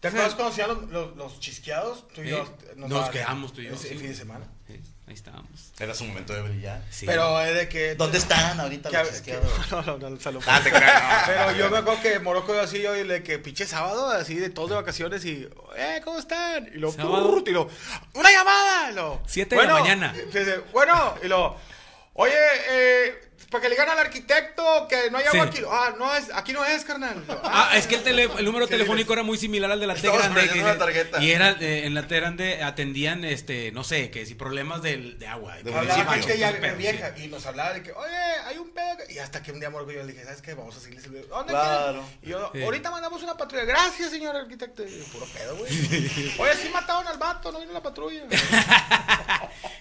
[SPEAKER 5] ¿Te acuerdas cuando se llaman los, los chisqueados? Tú y
[SPEAKER 6] Sí.
[SPEAKER 5] yo.
[SPEAKER 6] Nos
[SPEAKER 5] dábamos-
[SPEAKER 6] quedamos tú y yo,
[SPEAKER 5] Ese
[SPEAKER 6] sí.
[SPEAKER 5] fin de semana.
[SPEAKER 6] sí, ahí estábamos.
[SPEAKER 3] Era su momento de brillar.
[SPEAKER 6] Sí.
[SPEAKER 5] Pero es de que.
[SPEAKER 3] ¿Dónde están ahorita
[SPEAKER 5] Que-
[SPEAKER 3] los
[SPEAKER 5] que-
[SPEAKER 3] chisqueados?
[SPEAKER 5] no, no, no, se lo-
[SPEAKER 3] Ah, te creas, no.
[SPEAKER 5] Pero yo me acuerdo que Morocco iba así, yo y le que pinche sábado, así de todos de vacaciones y, eh, ¿cómo están? Y lo,
[SPEAKER 6] Sábado.
[SPEAKER 5] y lo, ¡una llamada! Y lo,
[SPEAKER 6] Siete de la mañana.
[SPEAKER 5] sí, sí, bueno, y lo, oye, eh, para que le digan al arquitecto que no hay agua
[SPEAKER 6] Sí.
[SPEAKER 5] aquí. Ah, no es, aquí no es, carnal. Yo,
[SPEAKER 6] Ah, es que el, tele- el número
[SPEAKER 5] Sí,
[SPEAKER 6] telefónico era muy similar al de la T
[SPEAKER 9] Estamos
[SPEAKER 6] grande.
[SPEAKER 9] perdiendo
[SPEAKER 6] que-
[SPEAKER 9] una tarjeta.
[SPEAKER 6] Y era eh, en la T grande atendían, este, no sé, que si problemas del- de agua.
[SPEAKER 3] De
[SPEAKER 6] problemas
[SPEAKER 5] Hablaba
[SPEAKER 3] municipio.
[SPEAKER 5] gente
[SPEAKER 6] machos,
[SPEAKER 5] ya
[SPEAKER 6] esos pedos,
[SPEAKER 5] vieja
[SPEAKER 6] sí.
[SPEAKER 5] y nos hablaba de que, oye, hay un pedo. que-". Y hasta que un día Morocco yo le dije, ¿sabes qué? Vamos a seguirle. el ¿Dónde
[SPEAKER 3] Claro.
[SPEAKER 5] quieren?". Y yo,
[SPEAKER 6] Sí.
[SPEAKER 5] ahorita mandamos una patrulla. Gracias, señor arquitecto. Y yo, puro pedo, güey. Oye, sí mataron al vato, no vino la patrulla.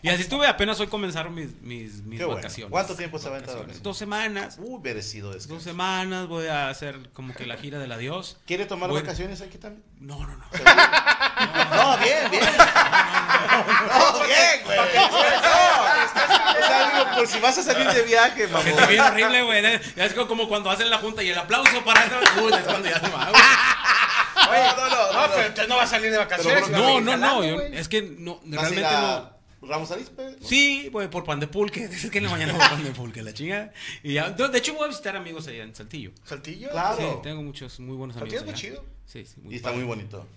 [SPEAKER 6] Y así estuve, apenas hoy comenzaron mis, mis, mis
[SPEAKER 3] Qué bueno.
[SPEAKER 6] vacaciones.
[SPEAKER 3] ¿Cuánto tiempo se va a entrar?
[SPEAKER 6] Vacaciones. Dos semanas.
[SPEAKER 3] Uy, merecido descanso.
[SPEAKER 6] Dos semanas voy a hacer como que la gira del adiós.
[SPEAKER 3] ¿Quiere tomar
[SPEAKER 6] Bueno.
[SPEAKER 3] vacaciones aquí también?
[SPEAKER 6] No, no, no.
[SPEAKER 3] No, bien, bien. No, bien, güey. O sea, digo, por si vas a salir de viaje,
[SPEAKER 6] Que está bien
[SPEAKER 3] mamón.
[SPEAKER 6] horrible, güey. ¿eh? Ya es como cuando hacen la junta y el aplauso para eso. Uy, es cuando ya se va, güey.
[SPEAKER 5] Oye, no, no, no, pero usted no va a salir de vacaciones. va a
[SPEAKER 6] No,
[SPEAKER 5] seguir
[SPEAKER 6] no, no.
[SPEAKER 5] jalando,
[SPEAKER 6] yo-
[SPEAKER 5] güey.
[SPEAKER 6] es que no,
[SPEAKER 3] ¿Vas a ir
[SPEAKER 6] realmente no.
[SPEAKER 3] a Ramos Arizpe?
[SPEAKER 6] Sí, voy por pan de pulque. Es que en la mañana voy pan de pulque, la chinga. Y ya, no, de hecho, voy a visitar amigos allá en Saltillo.
[SPEAKER 5] Saltillo.
[SPEAKER 3] Claro.
[SPEAKER 6] Sí, tengo muchos muy buenos amigos.
[SPEAKER 5] Saltillo es muy
[SPEAKER 6] allá.
[SPEAKER 5] chido.
[SPEAKER 6] Sí, sí, muy
[SPEAKER 3] Y está
[SPEAKER 6] padre.
[SPEAKER 3] muy bonito.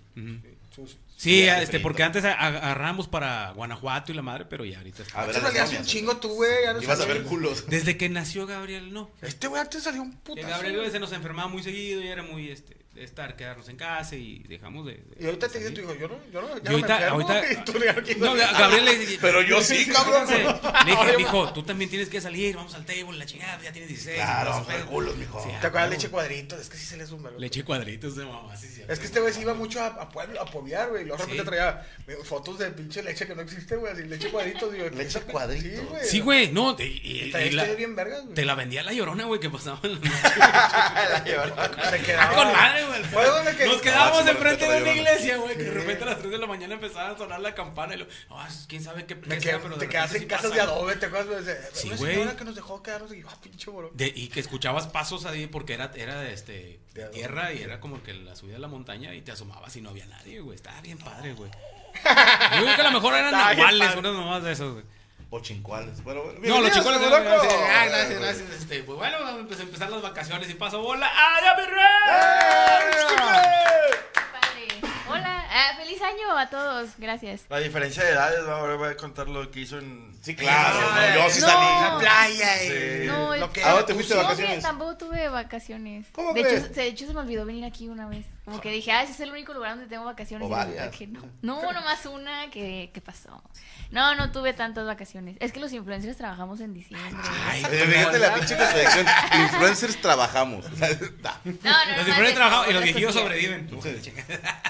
[SPEAKER 5] Sus-
[SPEAKER 6] Sí,
[SPEAKER 3] Sí, hace
[SPEAKER 6] este,
[SPEAKER 3] frío.
[SPEAKER 6] porque antes a- a- agarramos para Guanajuato y la madre, pero ya ahorita está.
[SPEAKER 3] A ver,
[SPEAKER 5] Antes salías un
[SPEAKER 3] momias.
[SPEAKER 5] chingo tú, güey. ya no
[SPEAKER 3] Y vas a
[SPEAKER 5] salías.
[SPEAKER 3] ver culos.
[SPEAKER 6] Desde que nació Gabriel, no.
[SPEAKER 5] Este güey antes salió un
[SPEAKER 6] Que
[SPEAKER 5] putazo.
[SPEAKER 6] Gabriel güey,
[SPEAKER 5] güey.
[SPEAKER 6] se nos enfermaba muy seguido y era muy este, de estar, quedarnos en casa y dejamos de. de-
[SPEAKER 5] Y ahorita te
[SPEAKER 6] de
[SPEAKER 5] dice tu hijo,
[SPEAKER 6] salir.
[SPEAKER 5] yo no, yo no,
[SPEAKER 6] Y
[SPEAKER 5] ya
[SPEAKER 6] ahorita,
[SPEAKER 5] no me enfermo,
[SPEAKER 6] ahorita-
[SPEAKER 5] y tú le digas,
[SPEAKER 6] No, Ga- Gabriel le dice.
[SPEAKER 3] Pero yo sí, cabrón.
[SPEAKER 6] Sí, Le dije, mijo, tú también tienes que salir, vamos al table, la chingada, ya tienes 16.
[SPEAKER 3] Claro,
[SPEAKER 6] y todo
[SPEAKER 3] vamos
[SPEAKER 6] ese
[SPEAKER 3] a ver
[SPEAKER 6] pedo".
[SPEAKER 3] culos, mijo.
[SPEAKER 6] Sí,
[SPEAKER 5] ¿Te
[SPEAKER 6] ah,
[SPEAKER 5] acuerdas
[SPEAKER 6] huevo.
[SPEAKER 5] leche cuadritos? Es que sí se le suma.
[SPEAKER 6] Le eché cuadritos de mamá, sí, sí.
[SPEAKER 5] Es que este güey se iba mucho a, a pueblo, a poviar, güey. Y luego de
[SPEAKER 6] Sí.
[SPEAKER 5] repente traía eh, fotos de pinche leche que no existe, güey. Así leche cuadritos, digo.
[SPEAKER 3] Leche cuadritos.
[SPEAKER 5] Sí, güey.
[SPEAKER 6] Sí, güey, no. te- y- y-
[SPEAKER 5] Traía
[SPEAKER 6] y la-
[SPEAKER 5] historias bien vergas, güey.
[SPEAKER 6] Te la vendía la llorona, güey, que pasaba en la
[SPEAKER 9] Ah,
[SPEAKER 5] Se
[SPEAKER 6] Ah,
[SPEAKER 5] quedaba.
[SPEAKER 6] con madre, güey.
[SPEAKER 5] Fue donde que-
[SPEAKER 6] Nos quedábamos
[SPEAKER 3] Ah, sí,
[SPEAKER 6] enfrente
[SPEAKER 3] me
[SPEAKER 6] de
[SPEAKER 3] respeto
[SPEAKER 6] una
[SPEAKER 3] la llorona.
[SPEAKER 6] iglesia, güey, que de repente a las 3 de la mañana empezaba a sonar la campana y lo, ah, quién sabe qué
[SPEAKER 5] Me
[SPEAKER 6] qué
[SPEAKER 5] quedé-
[SPEAKER 6] sea, pero
[SPEAKER 5] te
[SPEAKER 6] de repente
[SPEAKER 5] quedas en
[SPEAKER 6] sí
[SPEAKER 5] casas
[SPEAKER 6] pasa,
[SPEAKER 5] de
[SPEAKER 6] güey.
[SPEAKER 5] adobe, te acuerdas, güey.
[SPEAKER 6] Sí,
[SPEAKER 5] Una
[SPEAKER 6] güey.
[SPEAKER 5] señora que nos dejó quedarnos y yo, ah, pinche bro.
[SPEAKER 6] De- y que escuchabas pasos ahí porque era, era este,
[SPEAKER 5] De adobe.
[SPEAKER 6] tierra y era como que la subida a la montaña y te asomabas y no había nadie, güey. Estaba bien padre, güey. Yo creo que a lo mejor eran
[SPEAKER 5] Estaba bien
[SPEAKER 6] nahuales,
[SPEAKER 5] padre.
[SPEAKER 6] unas mamás de esos, güey.
[SPEAKER 3] O chincuales. Bueno, bueno.
[SPEAKER 6] No, los
[SPEAKER 3] bienvenidos,
[SPEAKER 6] chicos les
[SPEAKER 3] loco.
[SPEAKER 6] ah, gracias, gracias. Este, pues bueno, vamos a empezar- empezar las vacaciones
[SPEAKER 5] ¡Eh!
[SPEAKER 6] y paso bola. ¡Ah, ya, mi rey!
[SPEAKER 8] Padre. Hola. Ah, feliz año a todos, gracias.
[SPEAKER 9] La diferencia de edades, va, ahora voy a contar lo que hizo en.
[SPEAKER 5] Ah,
[SPEAKER 3] Sí, claro, no, yo sí salí.
[SPEAKER 8] No.
[SPEAKER 3] La playa,
[SPEAKER 9] Sí.
[SPEAKER 8] No,
[SPEAKER 3] Lo
[SPEAKER 8] es-
[SPEAKER 3] que- ¿A dónde Ah, te fuiste de
[SPEAKER 8] no,
[SPEAKER 3] vacaciones?
[SPEAKER 8] fíjate, tampoco tuve vacaciones.
[SPEAKER 3] ¿Cómo
[SPEAKER 8] de,
[SPEAKER 3] crees?
[SPEAKER 8] hecho, se- de hecho, se me olvidó venir aquí una vez. Como que dije, ah, ese es el único lugar donde tengo vacaciones.
[SPEAKER 3] O
[SPEAKER 8] Y resulta
[SPEAKER 3] varias.
[SPEAKER 8] que no. no, nomás una que, que pasó. No, no tuve tantas vacaciones. Es que los influencers trabajamos en diciembre.
[SPEAKER 3] Oye, fíjate la pinche contradicción. Influencers trabajamos. O sea, da.
[SPEAKER 8] No, no,
[SPEAKER 6] Los
[SPEAKER 8] no,
[SPEAKER 6] diferentes
[SPEAKER 8] no,
[SPEAKER 6] trabajados y
[SPEAKER 8] no,
[SPEAKER 6] los
[SPEAKER 8] no,
[SPEAKER 6] viejitos
[SPEAKER 8] no,
[SPEAKER 6] sobreviven.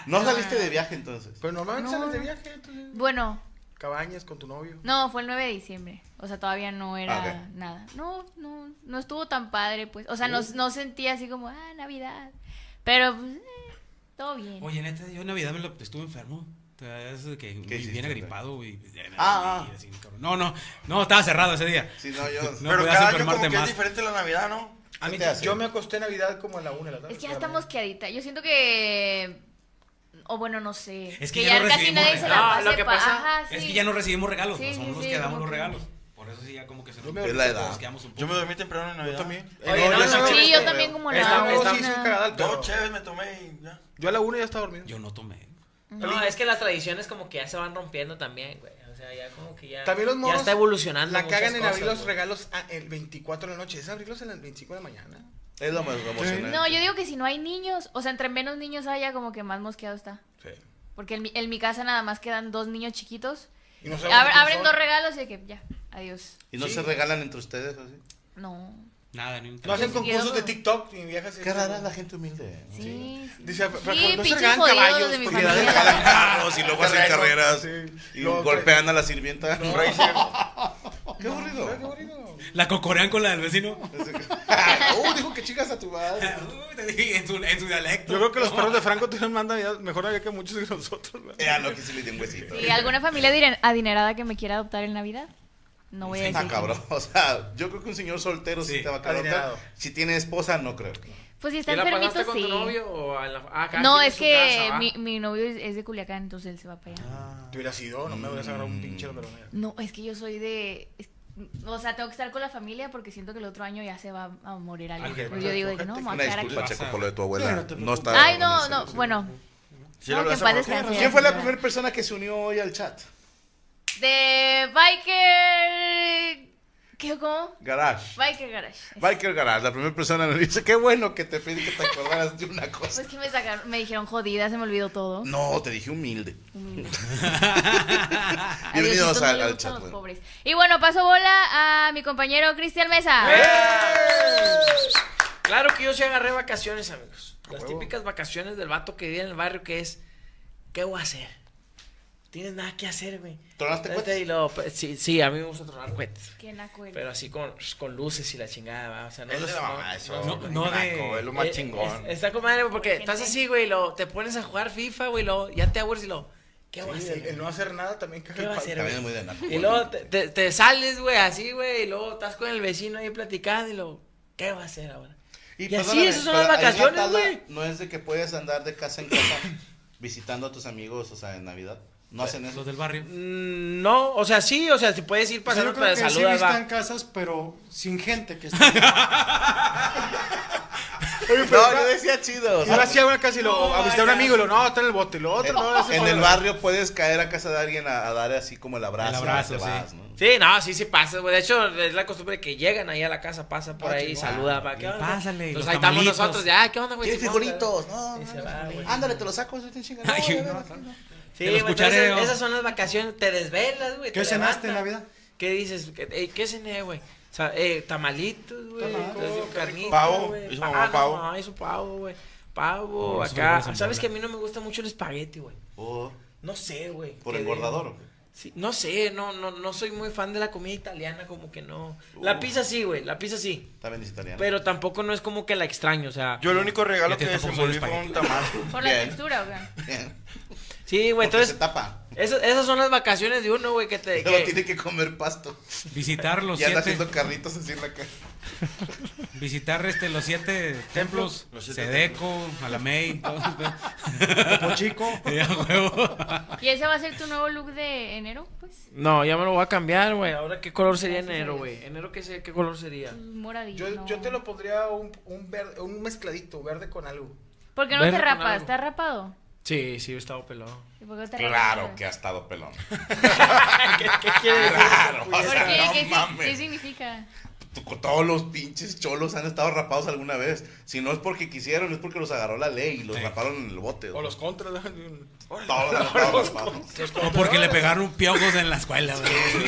[SPEAKER 3] No saliste de viaje entonces.
[SPEAKER 5] Pero normalmente
[SPEAKER 8] No.
[SPEAKER 5] sales de viaje, entonces,
[SPEAKER 8] Bueno,
[SPEAKER 5] cabañas con tu novio.
[SPEAKER 8] no, fue el 9 de diciembre. O sea, todavía no era
[SPEAKER 3] Ah, ok.
[SPEAKER 8] nada. No, no, no estuvo tan padre, pues. O sea, no, no sentí así como, ah, Navidad. Pero, pues, eh, todo bien.
[SPEAKER 6] Oye, neta, yo en Navidad me lo, estuve enfermo. Te das de que bien
[SPEAKER 3] hiciste,
[SPEAKER 6] agripado, güey. Y
[SPEAKER 3] Ah, ah.
[SPEAKER 6] así, cabrón. No, no, no, estaba cerrado ese día.
[SPEAKER 3] Sí, no, yo.
[SPEAKER 6] No
[SPEAKER 9] Pero
[SPEAKER 6] podías
[SPEAKER 9] cada año
[SPEAKER 6] enfermarte
[SPEAKER 9] como que
[SPEAKER 6] más.
[SPEAKER 9] es diferente la Navidad, ¿no?
[SPEAKER 6] A mí
[SPEAKER 3] ¿Qué te hace?
[SPEAKER 5] Yo me acosté en Navidad como a la una de la tarde.
[SPEAKER 8] Es que ya
[SPEAKER 5] de la
[SPEAKER 8] está
[SPEAKER 5] mañana.
[SPEAKER 8] mosqueadita. Yo siento que. O bueno, no sé.
[SPEAKER 6] Es que ya no
[SPEAKER 8] casi
[SPEAKER 6] recibimos
[SPEAKER 8] nadie se la
[SPEAKER 6] regalos.
[SPEAKER 8] pasa.
[SPEAKER 10] No, lo que
[SPEAKER 8] pa-
[SPEAKER 10] pasa
[SPEAKER 8] Ajá, sí.
[SPEAKER 6] Es que ya no recibimos regalos,
[SPEAKER 8] Sí,
[SPEAKER 6] no somos
[SPEAKER 8] sí,
[SPEAKER 6] los
[SPEAKER 8] sí,
[SPEAKER 6] que damos
[SPEAKER 8] como
[SPEAKER 6] los
[SPEAKER 8] que-
[SPEAKER 6] regalos. Por eso sí, ya como que se nos,
[SPEAKER 3] Es la edad.
[SPEAKER 6] nos quedamos un poco.
[SPEAKER 9] Yo me dormí temprano en Navidad.
[SPEAKER 3] Yo también.
[SPEAKER 10] Oye, no,
[SPEAKER 5] yo
[SPEAKER 10] no,
[SPEAKER 5] sí,
[SPEAKER 10] no,
[SPEAKER 5] yo
[SPEAKER 8] Sí, yo
[SPEAKER 10] no,
[SPEAKER 8] también como
[SPEAKER 10] Está-
[SPEAKER 8] la.
[SPEAKER 5] Luego
[SPEAKER 10] está-
[SPEAKER 5] sí, soy cagadal, pero
[SPEAKER 9] Dos chéves me tomé y ya.
[SPEAKER 5] Yo a la una ya estaba dormido.
[SPEAKER 6] Yo no tomé.
[SPEAKER 10] No, es que las tradiciones como que ya se van rompiendo también, güey. O sea, ya como que ya.
[SPEAKER 5] También los
[SPEAKER 10] Ya
[SPEAKER 5] morros
[SPEAKER 10] está evolucionando.
[SPEAKER 5] La cagan en abrir
[SPEAKER 10] abril
[SPEAKER 5] los regalos a- el 24 de la noche. Es abrirlos en las 25 de la mañana.
[SPEAKER 3] Es lo más emocionante.
[SPEAKER 8] No, yo digo que si no hay niños, o sea, entre menos niños haya, como que más mosqueado está.
[SPEAKER 5] Sí.
[SPEAKER 8] Porque en mi, en mi casa nada más quedan dos niños chiquitos.
[SPEAKER 5] Y no
[SPEAKER 8] Ab-
[SPEAKER 5] sabemos quiénes
[SPEAKER 8] abren
[SPEAKER 5] son.
[SPEAKER 8] dos regalos y de que ya, adiós.
[SPEAKER 3] ¿Y no se regalan entre ustedes así?
[SPEAKER 8] No.
[SPEAKER 6] Nada, no interesa.
[SPEAKER 5] No hacen
[SPEAKER 8] Yo sí quiero-
[SPEAKER 5] concursos de TikTok y viejas.
[SPEAKER 3] Qué rara la gente humilde.
[SPEAKER 8] Sí. sí.
[SPEAKER 5] Dice, pero
[SPEAKER 8] Sí,
[SPEAKER 5] ¿por qué no se
[SPEAKER 8] pinches
[SPEAKER 5] regalan
[SPEAKER 8] jodidos
[SPEAKER 5] caballos?
[SPEAKER 8] de mi
[SPEAKER 5] Porque nadie
[SPEAKER 8] familia.
[SPEAKER 5] regala
[SPEAKER 9] Ah,
[SPEAKER 3] Carros y luego hacen carreras. Y
[SPEAKER 5] Luego-
[SPEAKER 3] golpean a la sirvienta.
[SPEAKER 5] Qué aburrido. Qué aburrido.
[SPEAKER 6] La cocorean con la del vecino.
[SPEAKER 5] Uh, dijo que chicas a tu madre.
[SPEAKER 6] Uy, te dije, en, su, en su dialecto.
[SPEAKER 5] Yo creo que los
[SPEAKER 6] No.
[SPEAKER 5] perros de Franco tienen más Navidad, mejor Navidad que muchos de nosotros. ¿verdad?
[SPEAKER 3] Ya no, Eh, que sí le di un huesito.
[SPEAKER 8] Si alguna familia adine- adinerada que me quiera adoptar en Navidad, no voy a decir.
[SPEAKER 3] Ah,
[SPEAKER 8] quién.
[SPEAKER 3] cabrón. O sea, yo creo que un señor soltero sí,
[SPEAKER 6] Sí,
[SPEAKER 3] te va a cabrón.
[SPEAKER 5] adinerado.
[SPEAKER 3] Si tiene esposa, no creo.
[SPEAKER 8] Pues si está
[SPEAKER 10] ¿Y la
[SPEAKER 8] enfermito,
[SPEAKER 10] pasaste con
[SPEAKER 8] sí.
[SPEAKER 10] tu novio o a la- ah, cada
[SPEAKER 8] No,
[SPEAKER 10] quien en
[SPEAKER 8] es
[SPEAKER 10] su
[SPEAKER 8] que
[SPEAKER 10] casa, va?
[SPEAKER 8] mi, mi novio es, es de Culiacán, entonces él se va para allá.
[SPEAKER 5] Te hubieras ido, no me hubieras agarrado
[SPEAKER 3] Mm.
[SPEAKER 5] un pinche pero mira.
[SPEAKER 8] No, es que yo soy de... es- o sea, tengo que estar con la familia porque siento que el otro año ya se va a morir alguien.
[SPEAKER 6] Alguien,
[SPEAKER 8] Pues yo digo de que no, me voy a
[SPEAKER 3] Una
[SPEAKER 8] quedar aquí.
[SPEAKER 3] disculpa, Checo, por lo de tu abuela.
[SPEAKER 7] Sí,
[SPEAKER 3] no,
[SPEAKER 7] no te
[SPEAKER 3] está.
[SPEAKER 8] Ay,
[SPEAKER 3] bueno,
[SPEAKER 8] no,
[SPEAKER 3] sí,
[SPEAKER 8] no,
[SPEAKER 3] sí.
[SPEAKER 8] bueno.
[SPEAKER 9] Sí,
[SPEAKER 8] no,
[SPEAKER 9] lo
[SPEAKER 8] que en
[SPEAKER 9] hacemos.
[SPEAKER 8] paz descanse.
[SPEAKER 3] ¿Quién fue la primera persona que se unió hoy al chat?
[SPEAKER 8] De Biker... ¿Qué, cómo?
[SPEAKER 3] Garage.
[SPEAKER 8] Biker Garage.
[SPEAKER 3] Biker Garage, la primera persona nos dice, qué bueno que te pedí que te acordaras de una cosa.
[SPEAKER 8] Pues que me sacaron, me dijeron jodida, se me olvidó todo.
[SPEAKER 3] No, te dije humilde.
[SPEAKER 8] A
[SPEAKER 3] Bienvenidos
[SPEAKER 8] Diosito no
[SPEAKER 3] al-
[SPEAKER 8] le
[SPEAKER 3] al
[SPEAKER 8] gustan
[SPEAKER 3] chat,
[SPEAKER 8] los
[SPEAKER 3] bueno.
[SPEAKER 8] pobres. Y bueno, paso bola a mi compañero Cristian Mesa.
[SPEAKER 10] Eh. Claro que yo sí agarré vacaciones, amigos. Las típicas vacaciones del vato que vive en el barrio que es, ¿qué voy a hacer? No Tienes nada que hacer, güey.
[SPEAKER 3] ¿Tronaste
[SPEAKER 10] Este,
[SPEAKER 3] cohetes?
[SPEAKER 10] y luego, pues, sí, sí, a mí me gusta tronar cohetes.
[SPEAKER 8] Qué naco eres.
[SPEAKER 10] Pero así con, con luces y la chingada, ¿va? O sea, no
[SPEAKER 9] Es de
[SPEAKER 10] los-
[SPEAKER 9] la
[SPEAKER 10] no-
[SPEAKER 9] mamá, eso.
[SPEAKER 6] no, no de-
[SPEAKER 9] naco, Es lo más
[SPEAKER 10] Eh,
[SPEAKER 9] chingón.
[SPEAKER 10] es- está con madre, güey, porque
[SPEAKER 8] Gente.
[SPEAKER 10] estás así, güey, y luego te pones a jugar FIFA, güey, y luego ya te aburres y lo, ¿qué voy a
[SPEAKER 5] Sí,
[SPEAKER 10] hacer?
[SPEAKER 5] el, el no hacer nada también caga
[SPEAKER 10] ¿Qué va a
[SPEAKER 5] el
[SPEAKER 10] hacer,
[SPEAKER 3] También es
[SPEAKER 10] güey?
[SPEAKER 3] muy de naco.
[SPEAKER 10] Y luego te, te- te sales, güey, así, güey, y luego estás con el vecino ahí platicando y luego, ¿qué va a hacer ahora? Y, así,
[SPEAKER 3] perdóname,
[SPEAKER 10] esas son
[SPEAKER 3] pero ahí en
[SPEAKER 10] las
[SPEAKER 3] la
[SPEAKER 10] vacaciones,
[SPEAKER 3] tala
[SPEAKER 10] güey.
[SPEAKER 3] No es de que puedes andar de casa en casa visitando a tus amigos, o sea, en Navidad. No hacen eso.
[SPEAKER 6] Pues, Los del barrio.
[SPEAKER 10] Mm, No, o sea, sí, o sea, si puedes ir
[SPEAKER 5] Pues
[SPEAKER 7] O sea, yo
[SPEAKER 10] pasando para
[SPEAKER 7] creo que
[SPEAKER 10] de
[SPEAKER 7] sí
[SPEAKER 10] saludas,
[SPEAKER 7] visitan
[SPEAKER 10] va.
[SPEAKER 7] casas, pero sin gente que está.
[SPEAKER 3] No, yo decía chido. o sea,
[SPEAKER 5] Ahora sí a una casa y lo a visitar a un amigo y lo no, está en el bote y lo otro,
[SPEAKER 3] en,
[SPEAKER 5] no, hace
[SPEAKER 3] en
[SPEAKER 5] falta.
[SPEAKER 3] el barrio puedes caer a casa de alguien a, a dar así como el abrazo.
[SPEAKER 6] El abrazo,
[SPEAKER 3] y te
[SPEAKER 6] sí.
[SPEAKER 3] vas, ¿no?
[SPEAKER 10] Sí, no, sí, sí pasas, güey. De hecho, es la costumbre que llegan ahí a la casa, pasa por ahí, saluda, va. ¿Qué onda?
[SPEAKER 6] Pásale,
[SPEAKER 10] Entonces
[SPEAKER 6] los
[SPEAKER 10] ahí estamos
[SPEAKER 6] tamalitos.
[SPEAKER 10] nosotros, ya, ¿qué onda, güey?
[SPEAKER 3] Tienes
[SPEAKER 10] Simón,
[SPEAKER 3] frijolitos, no.
[SPEAKER 10] Pues Sí, se
[SPEAKER 3] no,
[SPEAKER 10] va,
[SPEAKER 3] no.
[SPEAKER 10] güey.
[SPEAKER 3] Ándale, te lo saco, eso está chingando.
[SPEAKER 6] Ay,
[SPEAKER 3] No, no,
[SPEAKER 6] no,
[SPEAKER 3] no.
[SPEAKER 10] Sí,
[SPEAKER 6] Te lo
[SPEAKER 10] güey, entonces
[SPEAKER 6] escucharé, ¿no?
[SPEAKER 10] esas son las vacaciones, te desvelas, güey.
[SPEAKER 7] ¿Qué
[SPEAKER 10] te
[SPEAKER 7] cenaste en
[SPEAKER 10] levantas.
[SPEAKER 7] Navidad?
[SPEAKER 10] ¿Qué dices? ¿Qué, eh, ¿qué cené, güey? O sea, eh, tamalitos, güey.
[SPEAKER 7] Tamalitos,
[SPEAKER 10] entonces, carnitas,
[SPEAKER 9] Pavo,
[SPEAKER 10] güey.
[SPEAKER 9] hizo
[SPEAKER 10] Pa-
[SPEAKER 9] mamá
[SPEAKER 10] ah, no,
[SPEAKER 9] pavo.
[SPEAKER 10] mamá hizo pavo, güey. Pavo,
[SPEAKER 6] Oh, eso me
[SPEAKER 10] acá.
[SPEAKER 6] parece
[SPEAKER 10] ¿Sabes
[SPEAKER 6] mola.
[SPEAKER 10] que a mí no me gusta mucho el espagueti, güey?
[SPEAKER 3] Oh,
[SPEAKER 10] No sé, güey.
[SPEAKER 3] por
[SPEAKER 10] ¿Qué
[SPEAKER 3] engordador.
[SPEAKER 10] digo?
[SPEAKER 3] ¿o qué?
[SPEAKER 10] Sí, no sé, no, no, no soy muy fan de la comida italiana, como que no. La pizza sí, güey, la pizza sí.
[SPEAKER 3] También es italiano.
[SPEAKER 10] Pero tampoco no es como que la extraño, o sea.
[SPEAKER 9] Yo el único regalo
[SPEAKER 6] Ya te
[SPEAKER 9] que
[SPEAKER 6] tapó solo el
[SPEAKER 9] desenvolví fue un
[SPEAKER 6] espagueti.
[SPEAKER 9] tamal.
[SPEAKER 8] Por la
[SPEAKER 3] Bien.
[SPEAKER 8] textura, güey.
[SPEAKER 3] Bien,
[SPEAKER 10] Sí, güey,
[SPEAKER 3] porque
[SPEAKER 10] Pues entonces.
[SPEAKER 3] se tapa.
[SPEAKER 10] Esas, esas son las vacaciones de uno, güey, que te.
[SPEAKER 3] Luego
[SPEAKER 10] que-
[SPEAKER 3] tiene que comer pasto.
[SPEAKER 6] Visitar los
[SPEAKER 3] Y anda
[SPEAKER 6] siete.
[SPEAKER 3] haciendo carritos así en la calle.
[SPEAKER 6] Visitar este, los siete templos.
[SPEAKER 9] Los siete
[SPEAKER 6] Sedeco, Alamey. todos esos pedos.
[SPEAKER 7] Topo Chico.
[SPEAKER 6] Sí, a huevo.
[SPEAKER 8] ¿Y ese va a ser tu nuevo look de enero? Pues
[SPEAKER 10] No, ya me lo voy a cambiar, güey. Ahora, ¿qué color sería enero, güey? ¿Enero qué, se- qué color sería?
[SPEAKER 8] moradillo.
[SPEAKER 5] Yo,
[SPEAKER 8] no.
[SPEAKER 5] yo te lo pondría un, un verde, un mezcladito, verde con algo.
[SPEAKER 8] ¿Por qué no
[SPEAKER 6] Ven
[SPEAKER 8] te
[SPEAKER 6] con
[SPEAKER 8] rapas?
[SPEAKER 10] algo.
[SPEAKER 8] ¿Estás rapado?
[SPEAKER 10] Sí, sí, he estado pelado.
[SPEAKER 8] ¿Y por qué te
[SPEAKER 3] Claro
[SPEAKER 8] regresas?
[SPEAKER 3] que ha estado pelón.
[SPEAKER 10] ¿Qué, qué quiere decir?
[SPEAKER 3] Claro, o
[SPEAKER 8] ¿Por
[SPEAKER 3] sea,
[SPEAKER 5] Ah,
[SPEAKER 8] qué?
[SPEAKER 3] no
[SPEAKER 8] ¿Qué, si-
[SPEAKER 3] mames.
[SPEAKER 8] qué significa?
[SPEAKER 3] Tú- Todos los pinches cholos han estado rapados alguna vez. Si no es porque quisieron, es porque los agarró la ley y los raparon en el bote.
[SPEAKER 10] O los contras. ¿no?
[SPEAKER 3] Todos han estado rapados.
[SPEAKER 6] O porque le pegaron piojos en la escuela, güey.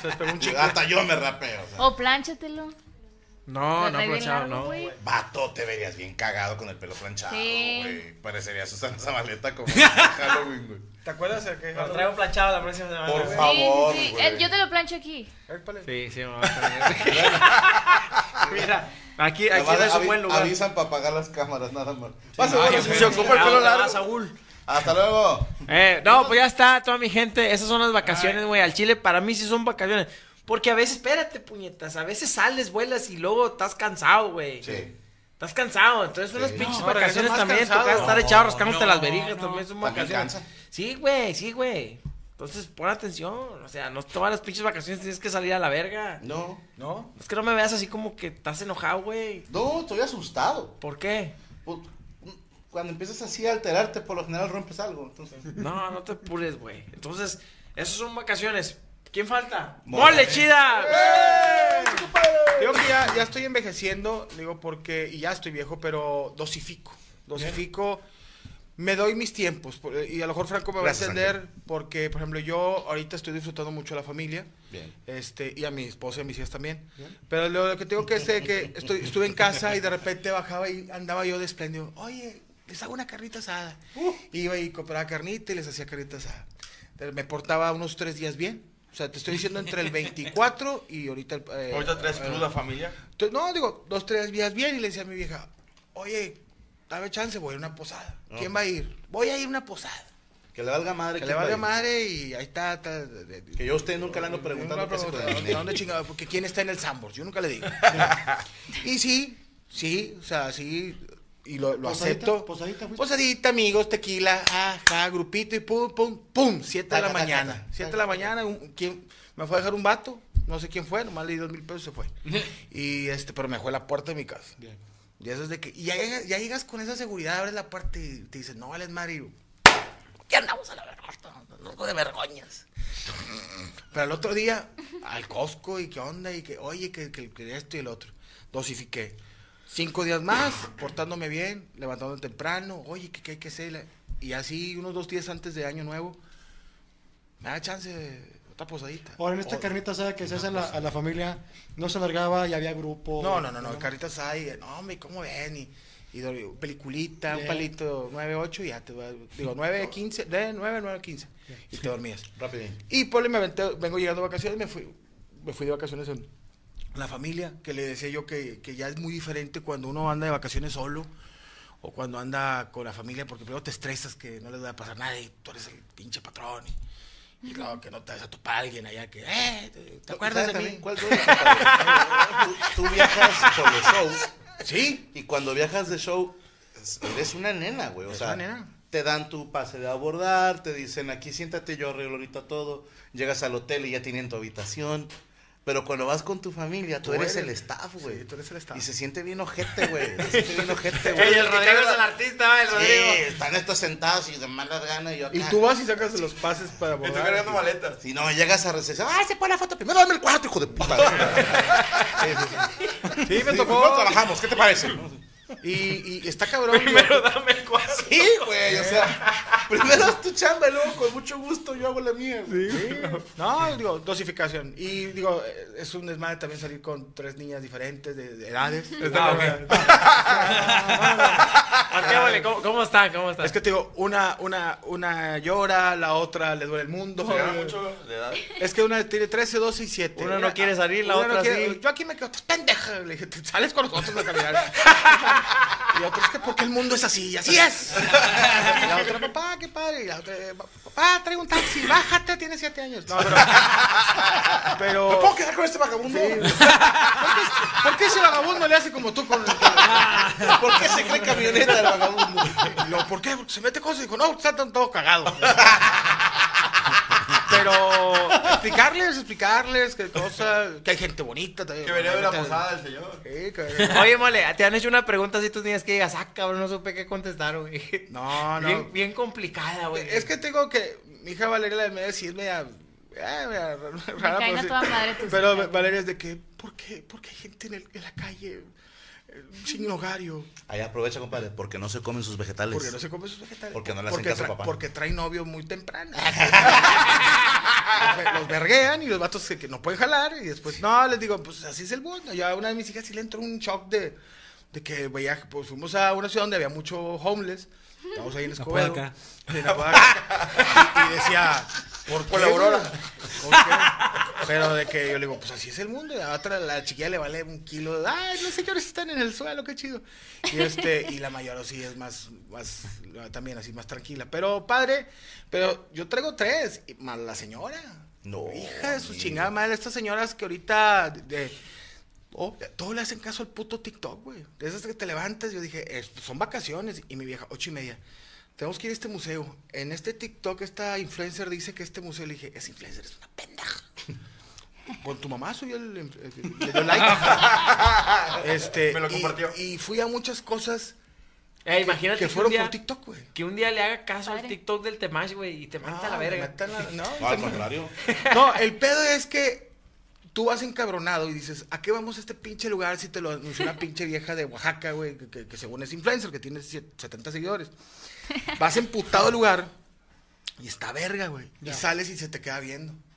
[SPEAKER 10] Se les pegó un chicle.
[SPEAKER 3] Hasta yo me rapeo. o sea.
[SPEAKER 8] O planchatelo.
[SPEAKER 10] No, no,
[SPEAKER 8] Está bien
[SPEAKER 10] planchado,
[SPEAKER 8] largo,
[SPEAKER 10] no.
[SPEAKER 8] güey.
[SPEAKER 3] Vato, te verías bien cagado con el pelo planchado,
[SPEAKER 8] Sí.
[SPEAKER 3] güey. Parecería Susana Zabaleta como en Halloween, güey.
[SPEAKER 5] ¿Te acuerdas de que
[SPEAKER 10] Lo traigo planchado la próxima semana.
[SPEAKER 3] Por
[SPEAKER 10] güey.
[SPEAKER 3] favor. Favor,
[SPEAKER 8] sí, sí, sí.
[SPEAKER 3] güey.
[SPEAKER 8] Eh, yo te lo plancho aquí.
[SPEAKER 5] Épale.
[SPEAKER 10] Sí, sí, me va a Mira, aquí,
[SPEAKER 3] Nada
[SPEAKER 10] aquí
[SPEAKER 3] más
[SPEAKER 10] es un
[SPEAKER 3] avi-
[SPEAKER 10] buen lugar.
[SPEAKER 3] Avisan para apagar las cámaras, nada más. Pase,
[SPEAKER 10] Pasa, güey,
[SPEAKER 3] bueno,
[SPEAKER 10] güey.
[SPEAKER 3] se ocupa el pelo
[SPEAKER 10] Ahora va,
[SPEAKER 3] largo.
[SPEAKER 10] ah, Saúl.
[SPEAKER 3] Hasta luego.
[SPEAKER 10] Eh, no, pues ya está, toda mi gente. Esas son las vacaciones, güey. Al Chile, para mí sí son vacaciones. Porque a veces, espérate, puñetas. A veces sales, vuelas y luego estás cansado, güey.
[SPEAKER 3] Sí.
[SPEAKER 10] Estás cansado. Entonces, son las pinches
[SPEAKER 6] No,
[SPEAKER 10] vacaciones
[SPEAKER 6] regresas más
[SPEAKER 10] también.
[SPEAKER 6] cansado.
[SPEAKER 10] Toca estar echado
[SPEAKER 6] No,
[SPEAKER 10] rascándote
[SPEAKER 6] no,
[SPEAKER 10] las verijas.
[SPEAKER 6] no.
[SPEAKER 10] También son
[SPEAKER 3] También
[SPEAKER 10] vacaciones.
[SPEAKER 3] cansa.
[SPEAKER 10] Sí, güey, sí, güey. Entonces, pon atención. O sea, no todas las pinches vacaciones tienes que salir a la verga.
[SPEAKER 3] No,
[SPEAKER 5] ¿No?
[SPEAKER 10] Es que no me veas así como que estás enojado, güey.
[SPEAKER 3] no, estoy asustado.
[SPEAKER 10] ¿Por qué?
[SPEAKER 3] Pu- Cuando empiezas así a alterarte, por lo general rompes algo. Entonces,
[SPEAKER 10] No, no te apures, güey. Entonces, esas son vacaciones. ¿Quién falta?
[SPEAKER 3] Mole.
[SPEAKER 10] ¡Mole, chida!
[SPEAKER 5] Digo que ya, ya estoy envejeciendo, digo porque, y ya estoy viejo, pero dosifico. Dosifico, me doy mis tiempos. por- Y a lo mejor Franco me
[SPEAKER 3] Gracias,
[SPEAKER 5] va a entender, porque, por ejemplo, yo ahorita estoy disfrutando mucho de la familia.
[SPEAKER 3] bien.
[SPEAKER 5] Este, y a mi esposa y a mis hijas también. Pero lo, lo que tengo que decir es que estoy- estuve en casa y de repente bajaba y andaba yo de espléndido. Oye, les hago una carnita asada.
[SPEAKER 3] Uh.
[SPEAKER 5] Iba y compraba carnita y les hacía carnita asada. Pero Me portaba unos tres días bien. O sea, te estoy diciendo entre el 24 y ahorita... eh,
[SPEAKER 9] Ahorita traes
[SPEAKER 5] eh,
[SPEAKER 9] cruda familia.
[SPEAKER 5] entonces, no, digo, dos, tres días bien y le decía a mi vieja, oye, dame chance, voy a ir a una posada. ¿Quién va a ir? Voy a ir a una posada.
[SPEAKER 3] Que le valga madre.
[SPEAKER 5] Que le
[SPEAKER 3] quién
[SPEAKER 5] valga
[SPEAKER 3] va a ir.
[SPEAKER 5] madre y ahí está. está- de- de-
[SPEAKER 3] Que yo a usted nunca le ando preguntando
[SPEAKER 5] Nunca
[SPEAKER 3] qué hace con el
[SPEAKER 5] pregunto, ¿de
[SPEAKER 3] dinero.
[SPEAKER 5] dónde chingado? Porque quién está en el Sambors, yo nunca le digo. y sí, sí, o sea, sí, y lo, lo
[SPEAKER 7] Posadita,
[SPEAKER 5] acepto.
[SPEAKER 7] posadita, fuiste.
[SPEAKER 5] Posadita, amigos, tequila, ajá, grupito y pum, pum, pum, siete de la
[SPEAKER 3] Taca, taca,
[SPEAKER 5] mañana.
[SPEAKER 3] taca.
[SPEAKER 5] Siete de la mañana, un- ¿quién? me fue a dejar un vato, no sé quién fue, nomás le di dos mil pesos y se fue. Y este, pero me dejó en la puerta de mi casa.
[SPEAKER 7] Bien.
[SPEAKER 5] Y eso es de que, y ya llegas, ya llegas con esa seguridad, abres la puerta y te dices, no vales Mario. ¿Qué andamos a la vergüenza? Loco de vergoñas. Pero al otro día, al Costco y qué onda, y que, oye, que, que, que esto y el otro. Dosifiqué. Cinco días más, portándome bien, levantándome temprano, oye, que, que hay que hacer. Y así, unos dos días antes de Año Nuevo, me da chance de otra posadita.
[SPEAKER 7] Ahora, en esta
[SPEAKER 5] O-
[SPEAKER 7] carnita asada que se hace a la, a la familia, no se alargaba y había grupo.
[SPEAKER 5] No, no, no, no, carritas hay, no, hombre, ¿cómo ven? Y, y do- peliculita, un
[SPEAKER 7] Bien.
[SPEAKER 5] palito 9, 8 y ya te va- digo 9, 15, de 9, 9, 15 y te dormías.
[SPEAKER 3] Rápido.
[SPEAKER 5] Y Poli me aventé- vengo llegando de vacaciones, me fui, me fui de vacaciones en la familia, que le decía yo que, que ya es muy diferente cuando uno anda de vacaciones solo o cuando anda con la familia, porque primero te estresas que no les va a pasar nada y tú eres el pinche patrón. Y, y claro, que no te vas a topar a alguien allá que, eh, ¿te- ¿te acuerdas de
[SPEAKER 3] ¿Sabes
[SPEAKER 5] mí?
[SPEAKER 3] también ¿Cuál duda? tú, tú viajas por los shows
[SPEAKER 5] Sí,
[SPEAKER 3] y cuando viajas de show es- eres una nena, güey. O
[SPEAKER 5] Eres
[SPEAKER 3] sea,
[SPEAKER 5] una nena.
[SPEAKER 3] te dan tu pase de abordar, te dicen aquí siéntate, yo arreglo ahorita todo. Llegas al hotel y ya tienen tu habitación. Pero cuando vas con tu familia, tú,
[SPEAKER 5] Tú
[SPEAKER 3] eres,
[SPEAKER 5] eres-
[SPEAKER 3] el staff, güey.
[SPEAKER 5] sí, tú eres el staff.
[SPEAKER 3] Y se siente bien ojete, güey. Se siente bien
[SPEAKER 5] Este,
[SPEAKER 3] ojete, güey.
[SPEAKER 10] Ey, el Rodrigo es el artista, va, el Rodrigo.
[SPEAKER 3] Sí, están estos sentados y de malas ganas. Y, yo acá.
[SPEAKER 5] Y tú vas y sacas los pases para
[SPEAKER 9] Estoy
[SPEAKER 5] abordar.
[SPEAKER 9] cargando maletas.
[SPEAKER 3] Si no, llegas a recesión. ¡Ah, se pone la foto! Primero dame el cuarto, hijo de puta.
[SPEAKER 5] Sí, me
[SPEAKER 3] ¿Cómo
[SPEAKER 5] tocó.
[SPEAKER 3] pues, trabajamos? ¿Qué te parece?
[SPEAKER 5] Y, y está cabrón. digo,
[SPEAKER 10] Primero dame el cuadro.
[SPEAKER 3] Sí, güey, o sea, primero es tu chamba y luego con mucho gusto yo hago la mía. güey.
[SPEAKER 5] No, digo, dosificación. Y digo, eh, es un desmadre también salir con tres niñas diferentes de, de edades.
[SPEAKER 10] Ah, ok. Marquémosle, ¿cómo, ¿Cómo está? ¿Cómo está?
[SPEAKER 5] Es que te digo, una, una, una llora, la otra le duele el mundo.
[SPEAKER 9] Se gana mucho de edad.
[SPEAKER 5] Es que una tiene 13, 12 y 7.
[SPEAKER 10] Una no quiere salir, la
[SPEAKER 5] una no
[SPEAKER 10] otra
[SPEAKER 5] quiere-
[SPEAKER 10] sí.
[SPEAKER 5] Yo aquí me quedo, "Estás pendeja. Le dije, "Te sales con nosotros a caminar. y la otra es que porque el mundo es así, y así es. Y la otra, papá, qué padre. Y la otra, papá, traigo un taxi, bájate, tiene 7 años. No, pero.
[SPEAKER 3] ¿Me
[SPEAKER 5] pero
[SPEAKER 3] puedo quedar con este vagabundo?
[SPEAKER 5] ¿Por qué ese vagabundo le hace como tú con el.?
[SPEAKER 3] ¿Por qué se cree camioneta el vagabundo?
[SPEAKER 5] Y luego, ¿por qué? Porque se mete cosas. Y dijo, no, están todos cagados. Pero explicarles, explicarles qué cosa, que hay gente bonita también.
[SPEAKER 9] Que venía de la
[SPEAKER 5] Gente-
[SPEAKER 9] posada el señor.
[SPEAKER 5] Sí, que-
[SPEAKER 10] Oye, mole, te han hecho una pregunta si tú tienes que digas, ah, cabrón, no supe qué contestar, güey.
[SPEAKER 5] No, no.
[SPEAKER 10] Bien, bien complicada, güey.
[SPEAKER 5] Es que tengo que. Mi hija Valeria la de media sí es media. eh, media rara,
[SPEAKER 8] caen
[SPEAKER 5] pero
[SPEAKER 8] a
[SPEAKER 5] sí.
[SPEAKER 8] toda madre tus
[SPEAKER 5] Pero
[SPEAKER 8] hijas.
[SPEAKER 5] Valeria es de que, ¿por qué, por qué hay gente en, el- en la calle eh, sin hogario?
[SPEAKER 3] Ahí aprovecha, compadre, porque no se comen sus vegetales.
[SPEAKER 5] Porque no se come sus vegetales.
[SPEAKER 3] Porque no le hacen caso a
[SPEAKER 5] tra-
[SPEAKER 3] papá.
[SPEAKER 5] Porque trae novio muy temprano. Los- los verguean y los vatos que, que no pueden jalar. Y después, no, les digo, pues así es el mundo. Yo a una de mis hijas sí le entró un shock de, de que veía, pues fuimos a una ciudad donde había mucho homeless. Estábamos ahí en Escobedo.
[SPEAKER 6] Apodaca.
[SPEAKER 5] En Apodaca. y, y decía, ¿por qué?
[SPEAKER 9] Por la aurora.
[SPEAKER 5] güey? ¿Por qué? Pero de que yo le digo, pues así es el mundo. Y a otra, la chiquilla le vale un kilo. Ay, los señores están en el suelo, qué chido. Y este, y la mayor sí es más, más, también así, más tranquila. Pero padre, pero yo traigo tres, y más la señora.
[SPEAKER 3] No.
[SPEAKER 5] Hija de su
[SPEAKER 3] sí.
[SPEAKER 5] chingada madre, estas señoras que ahorita de, oh, todo le hacen caso al puto TikTok, güey. De esas que te levantas, yo dije, "Es- son vacaciones. Y mi vieja, ocho y media. Tenemos que ir a este museo. En este TikTok, esta influencer dice que este museo, le dije, es influencer, es una pendeja. Con tu mamá soy el, el- le dio like. este,
[SPEAKER 9] Me lo
[SPEAKER 5] y-
[SPEAKER 9] compartió.
[SPEAKER 5] Y, fui a muchas cosas
[SPEAKER 10] Eh, imagínate
[SPEAKER 5] que
[SPEAKER 10] un
[SPEAKER 5] fueron
[SPEAKER 10] día-
[SPEAKER 5] por TikTok, güey.
[SPEAKER 10] Que un día le haga caso al
[SPEAKER 8] Padre.
[SPEAKER 10] TikTok del Temash, güey, y te manda a la
[SPEAKER 5] Ah, me
[SPEAKER 10] verga.
[SPEAKER 5] matan la- no,
[SPEAKER 3] No, al contrario.
[SPEAKER 5] No, el pedo es que tú vas encabronado y dices, ¿a qué vamos a este pinche lugar si te lo anunció una pinche vieja de Oaxaca, güey, que, que- que según es influencer, que tiene sie- 70 seguidores? Vas emputado al lugar y está verga, güey. Y sales y se te queda viendo.